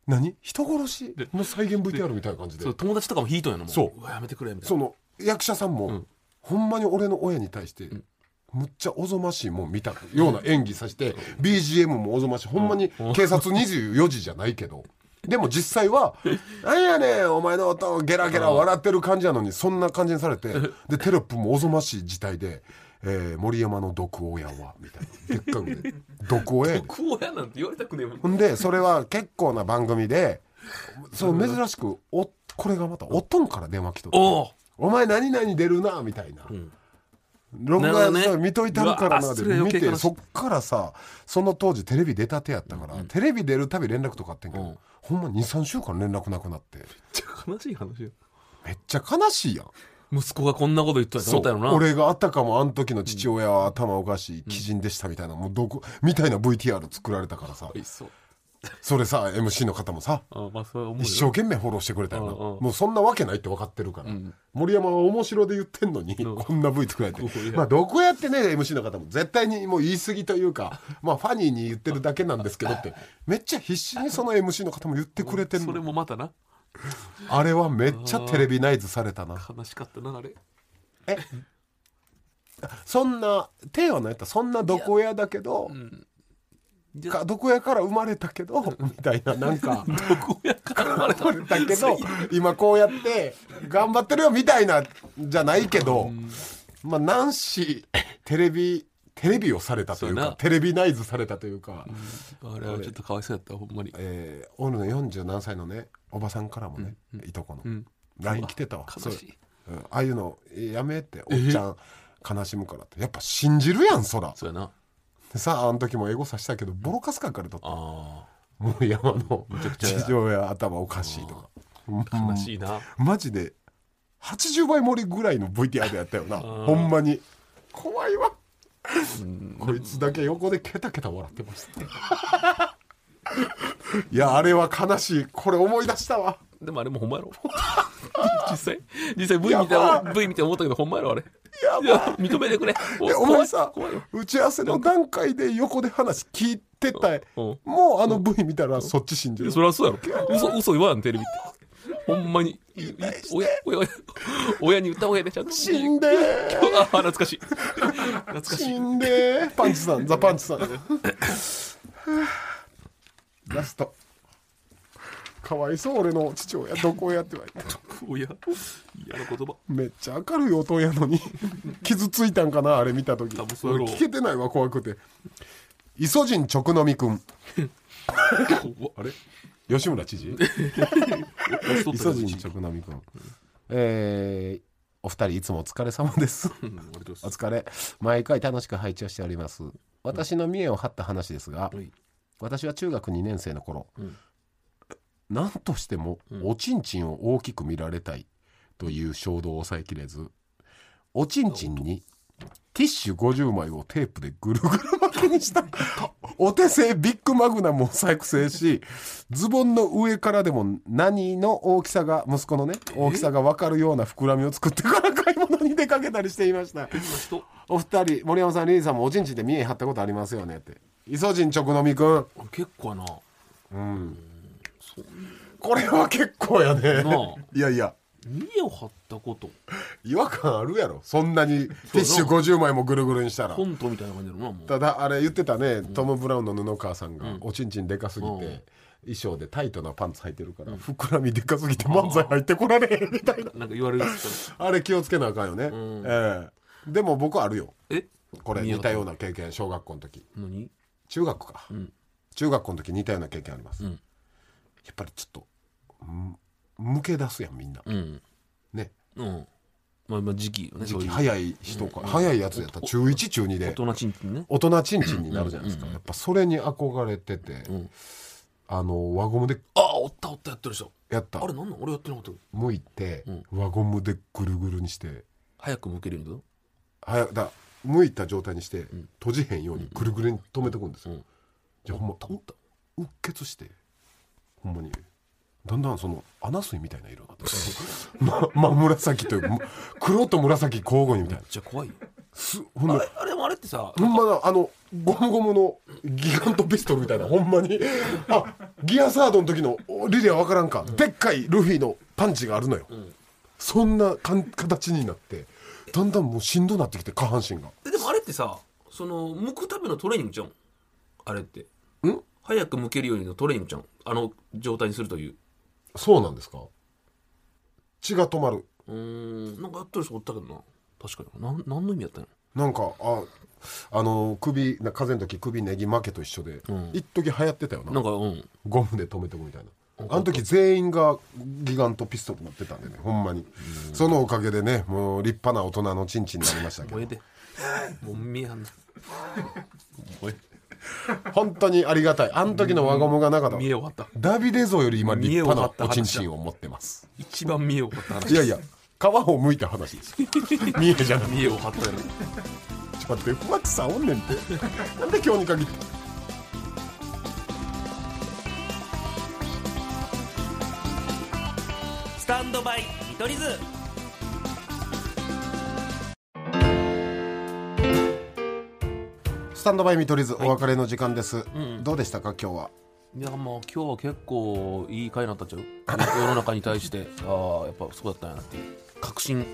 [SPEAKER 3] 何人殺しの再現 VTR みたいな感じで
[SPEAKER 4] そう、友達とかも引いとんやな、もう。
[SPEAKER 3] そう
[SPEAKER 4] わやめてくれ、みたい
[SPEAKER 3] そ
[SPEAKER 4] な。
[SPEAKER 3] の役者さんも、ほんまに俺の親に対して、むっちゃおぞましいもん見たような演技させて、BGM もおぞましいほんまに警察24時じゃないけど。でも実際 は「なんやねんお前の音ゲラゲラ笑ってる感じやのにそんな感じにされてでテロップもおぞましい事態で「えー森山の毒親は」みたいなでっかくで「毒親やねん」
[SPEAKER 4] クオやなんて言われたくねえもん。
[SPEAKER 3] ほんでそれは結構な番組でそう珍しくおこれがまたおとんから電話来とって
[SPEAKER 4] おう
[SPEAKER 3] お前何々出るなみたいな、録
[SPEAKER 4] なるほ
[SPEAKER 3] 画
[SPEAKER 4] どね
[SPEAKER 3] さ見といたるから
[SPEAKER 4] う
[SPEAKER 3] な
[SPEAKER 4] わ
[SPEAKER 3] で
[SPEAKER 4] それ
[SPEAKER 3] 見
[SPEAKER 4] 余計
[SPEAKER 3] て
[SPEAKER 4] 悲しい
[SPEAKER 3] そっからさその当時テレビ出たてやったから、テレビ出るたび連絡とかあってんけど、
[SPEAKER 4] うん
[SPEAKER 3] ほんま23週間連絡なくなって
[SPEAKER 4] めっちゃ悲しい話よ。
[SPEAKER 3] めっちゃ悲しいやん
[SPEAKER 4] 息子がこんなこと言っとやと思ったよな。
[SPEAKER 3] 俺があったかもあの時の父親は頭おかしい鬼人でしたみたいな、もうどこみたいな VTR 作られたからさ
[SPEAKER 4] いっそう。
[SPEAKER 3] それさ MC の方もさ
[SPEAKER 4] あまあ、そう思うよ。
[SPEAKER 3] 一生懸命フォローしてくれたよな、
[SPEAKER 4] うんうん
[SPEAKER 3] もうそんなわけないって分かってるから、森山は面白で言ってんのに、こんな V 作られて
[SPEAKER 4] こ うい、や
[SPEAKER 3] まあ、どこやってね MC の方も絶対にもう言い過ぎという か、まあ、ファニーに言ってるだけなんですけどってめっちゃ必死にその MC の方も言ってくれてん
[SPEAKER 4] それ
[SPEAKER 3] の
[SPEAKER 4] もまたな、
[SPEAKER 3] あれはめっちゃテレビナイズされたな
[SPEAKER 4] 悲しかったな、あれ。
[SPEAKER 3] えそんな手はないやったそんなどこやだけど、
[SPEAKER 4] いや
[SPEAKER 3] かどこやから生まれたけどみたいななん か。
[SPEAKER 4] どこやから生まれた
[SPEAKER 3] 取れたけど今こうやって頑張ってるよみたいなじゃないけど、まあ何しテレビテレビをされたという
[SPEAKER 4] そうや
[SPEAKER 3] か
[SPEAKER 4] な
[SPEAKER 3] テレビナイズされたというか、
[SPEAKER 4] あれはちょっとかわいそうやった、ほんまに。
[SPEAKER 3] えー、俺の40何歳のねおばさんからもね、いとこの LINE、来てたわ
[SPEAKER 4] 悲しい。
[SPEAKER 3] そううんああいうのえーやめっておっちゃん悲しむからってやっぱ信じるやんそら
[SPEAKER 4] そうやな。
[SPEAKER 3] でさああの時もエゴさしたけどボロカス感からとって
[SPEAKER 4] あ
[SPEAKER 3] もう山の
[SPEAKER 4] くちゃ
[SPEAKER 3] 地上や頭おかしいとか
[SPEAKER 4] あ、悲しいな。
[SPEAKER 3] マジで80倍盛りぐらいの VTR でやったよなほんまに怖いわこいつだけ横でケタケタ笑ってましたいやあれは悲しいこれ思い出したわ
[SPEAKER 4] でもあれもほ んまやろ。実際、実際 V 見た、V 見て思ったけどほんまやろ、あれ。いや、認めてくれ。
[SPEAKER 3] いやお前さ
[SPEAKER 4] 怖いよ。
[SPEAKER 3] 打ち合わせの段階で横で話聞いてた
[SPEAKER 4] うん
[SPEAKER 3] もうあの V 見たらそっち信じる
[SPEAKER 4] そりゃそうやろ。嘘、嘘言わん、テレビって。ほんまに。親、親、親親に言った方がいいね、ちゃんと。
[SPEAKER 3] 死んでー
[SPEAKER 4] あ、懐かしい。懐かしい。
[SPEAKER 3] 死んでーパンチさ んザパンチさんラストかわいそう俺の父親どこやって言われて
[SPEAKER 4] 親、嫌な言葉。
[SPEAKER 3] めっちゃ明るい音や のに傷ついたんかなあれ見た時
[SPEAKER 4] 多分そうやろう
[SPEAKER 3] 俺聞けてないわ怖くてイソジン直飲みくん
[SPEAKER 4] あれ
[SPEAKER 3] 吉村知 事イソジン直飲みくんえー、お二人いつもお疲れ様ですお疲れ毎回楽しく拝聴しております私の見栄を張った話ですが、
[SPEAKER 4] はい
[SPEAKER 3] 私は中学2年生の頃、何としてもおちんちんを大きく見られたいという衝動を抑えきれずおちんちんにティッシュ50枚をテープでぐるぐる巻きに したお手製ビッグマグナムを作成しズボンの上からでも何の大きさが息子のね大きさが分かるような膨らみを作ってから買い物に出かけたりしていました。
[SPEAKER 4] 人、
[SPEAKER 3] お二人森山さんリリーさんもおちんちんで見え張ったことありますよねってイソジン直飲みくん
[SPEAKER 4] 俺結構やな。
[SPEAKER 3] これは結構やね
[SPEAKER 4] なあ
[SPEAKER 3] いやいや
[SPEAKER 4] 家を張ったこと
[SPEAKER 3] 違和感あるやろそんなにティッシュ50枚もぐるぐるにしたら
[SPEAKER 4] コントみたいな感じだろうなもう
[SPEAKER 3] ただあれ言ってたねトム・ブラウンの布川さんが、おちんちんでかすぎて、
[SPEAKER 4] うん
[SPEAKER 3] 衣装でタイトなパンツ履いてるから、膨らみでかすぎて漫才入ってこられへんみたいな
[SPEAKER 4] なんか言われる
[SPEAKER 3] あれ気をつけなあかんよね、ええでも僕あるよ
[SPEAKER 4] え
[SPEAKER 3] これ似たような経験小学校の時
[SPEAKER 4] 何
[SPEAKER 3] 中学か、中学校の時似たような経験あります、やっぱりちょっとむ抜け出すやんみんな、
[SPEAKER 4] うん
[SPEAKER 3] ね
[SPEAKER 4] うんまあまあ時期よね
[SPEAKER 3] 時
[SPEAKER 4] そうい
[SPEAKER 3] 期
[SPEAKER 4] う
[SPEAKER 3] 早い人か、早いやつやったら中1中2
[SPEAKER 4] 大
[SPEAKER 3] で
[SPEAKER 4] 人ちんちんね
[SPEAKER 3] 大人ちんちんになるじゃないですか、やっぱそれに憧れてて、あの輪ゴムで
[SPEAKER 4] ああおったおったやってるでしょ
[SPEAKER 3] やった
[SPEAKER 4] あれなんなん俺やってなかった
[SPEAKER 3] 向いて、輪ゴムでぐるぐるにして
[SPEAKER 4] 早く向けるんだよ
[SPEAKER 3] 早だ向いた状態にして、閉じへんようにぐるぐるに止めてくんですよ、じゃあほんまううっ血してほんまにだんだんその穴水みたいな色になって まま紫というかま黒と紫交互にみたいな
[SPEAKER 4] じゃあ怖いよ
[SPEAKER 3] すほん
[SPEAKER 4] あ
[SPEAKER 3] ま
[SPEAKER 4] れあれでもあれってさ
[SPEAKER 3] ほんまだあのゴムゴムのギガントピストルみたいなほんまにあギアサードの時のおリレーは分からんか、でっかいルフィのパンチがあるのよ、そんなかん形になってだんだんもうしんどなってきて下半身が
[SPEAKER 4] えでもあれってさその向くためのトレーニングじゃんあれって
[SPEAKER 3] ん
[SPEAKER 4] 早く向けるようにのトレーニングじゃんあの状態にするという
[SPEAKER 3] そうなんですか血が止まる
[SPEAKER 4] うーんなんかやってる人おったけどな確かになん何の意味やったの
[SPEAKER 3] なんかああの首な風邪の時首ネギ負けと一緒で、
[SPEAKER 4] ん
[SPEAKER 3] 一時流行ってたよな
[SPEAKER 4] なんかうん
[SPEAKER 3] ゴムで止めてくみたいなあの時全員がギガントピストル持ってたんでねほんまにそのおかげでねもう立派な大人のチンチンになりましたけど
[SPEAKER 4] 燃えてもう見えはんな
[SPEAKER 3] 本当にありがたいあの時の輪ゴムがなかった
[SPEAKER 4] 見え終わった
[SPEAKER 3] ダビデ像より今立派なおちんち
[SPEAKER 4] 見え終
[SPEAKER 3] んを持ってます
[SPEAKER 4] 一番見え終わった話
[SPEAKER 3] いやいや皮をむいた話ですちょ
[SPEAKER 4] 見えじゃん見え終わったよね
[SPEAKER 3] っと待ってふわっちさんおんねんってなんで今日に限って
[SPEAKER 4] スタンドバイ見取り図
[SPEAKER 3] スタンドバイ見取り図お別れの時間です、どうでしたか今日はい
[SPEAKER 4] やまあ今日は結構いい回になったん ちゃう世の中に対してああやっぱそうだったんやなっていう確信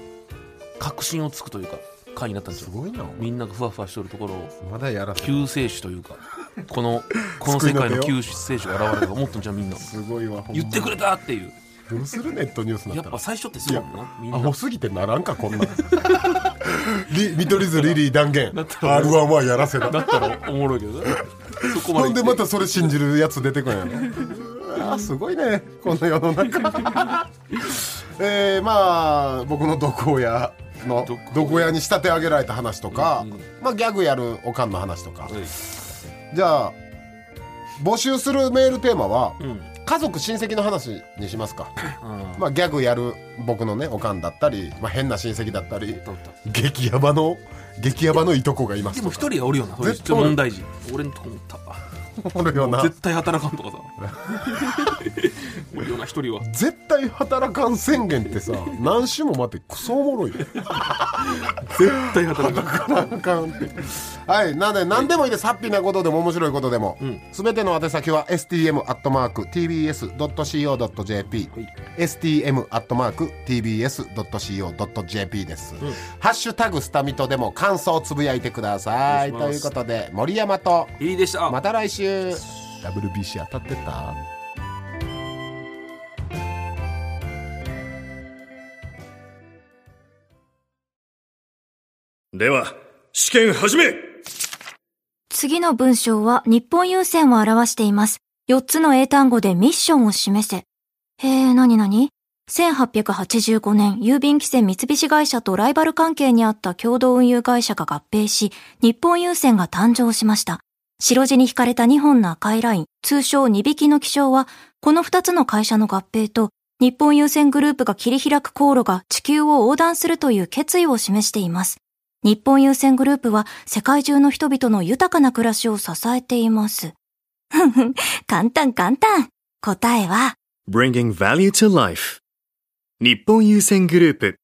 [SPEAKER 4] 確信をつくというか回になったんちゃ
[SPEAKER 3] す
[SPEAKER 4] う
[SPEAKER 3] ごいなお前
[SPEAKER 4] みんながふわふわしてるところを
[SPEAKER 3] まだやらせる
[SPEAKER 4] 救世主というかこ のこの世界の救世主が現れると思ったんじゃうみんな
[SPEAKER 3] すごいわほんま
[SPEAKER 4] 言ってくれたっていう
[SPEAKER 3] どうするネットニュースにな
[SPEAKER 4] や
[SPEAKER 3] っ
[SPEAKER 4] ったぱ
[SPEAKER 3] ら
[SPEAKER 4] 最初ってそうだもんなみん
[SPEAKER 3] ア
[SPEAKER 4] な
[SPEAKER 3] ホすぎてならんかこん なんリ見取り図リリー断言
[SPEAKER 4] だったら
[SPEAKER 3] R1 はやらせだ
[SPEAKER 4] だったらおもろいけどねそこま
[SPEAKER 3] ほ
[SPEAKER 4] で
[SPEAKER 3] ん
[SPEAKER 4] 言っ
[SPEAKER 3] で
[SPEAKER 4] て
[SPEAKER 3] またそれ信じるやつ出てくるんや ろあーすごいねこの世の中 えー、まあ僕の毒親の
[SPEAKER 4] 毒親
[SPEAKER 3] 毒親に仕立て上げられた話とか、
[SPEAKER 4] うんうん
[SPEAKER 3] まあ、ギャグやるおかんの話とか、
[SPEAKER 4] はい
[SPEAKER 3] じゃあ募集するメールテーマは、
[SPEAKER 4] うん
[SPEAKER 3] 家族親戚の話にします か
[SPEAKER 4] あ
[SPEAKER 3] まあ、ギャグやる僕のねおかんだったり、まあ、変な親戚だったり
[SPEAKER 4] だった
[SPEAKER 3] 激ヤバの激ヤバのいとこがいま
[SPEAKER 4] ですも
[SPEAKER 3] と
[SPEAKER 4] 一人はおるよなそういう
[SPEAKER 3] 絶対おる
[SPEAKER 4] 問題児俺んとこもおった
[SPEAKER 3] おるよな
[SPEAKER 4] 絶対働かんと かさおるよな一人は
[SPEAKER 3] 絶対働かん宣言って さ何週も待ってクソおもろいよ
[SPEAKER 4] 絶対働かん
[SPEAKER 3] 働かんってはいなので何でもいいですハッピーなことでも面白いことでも、すべての宛先は stm.tbs.co.jp、stm.tbs.co.jp です、ハッシュタグスタミトでも感想をつぶやいてください
[SPEAKER 4] お
[SPEAKER 3] と
[SPEAKER 4] 願い
[SPEAKER 3] いう
[SPEAKER 4] します
[SPEAKER 3] ことで森山と
[SPEAKER 4] いいでした
[SPEAKER 3] また来週 WBC 当たってた
[SPEAKER 1] では、試験始め
[SPEAKER 8] 次の文章は日本郵船を表しています。4つの英単語でミッションを示せ。へえ、なになに ?1885 年、郵便規制三菱会社とライバル関係にあった共同運輸会社が合併し、日本郵船が誕生しました。白地に引かれた2本の赤いライン、通称2匹の気象は、この2つの会社の合併と、日本郵船グループが切り開く航路が地球を横断するという決意を示しています。日本優先グループは世界中の人々の豊かな暮らしを支えています。ふんふん、簡単簡単。答えは、
[SPEAKER 1] !Bringing Value to Life 日本優先グループ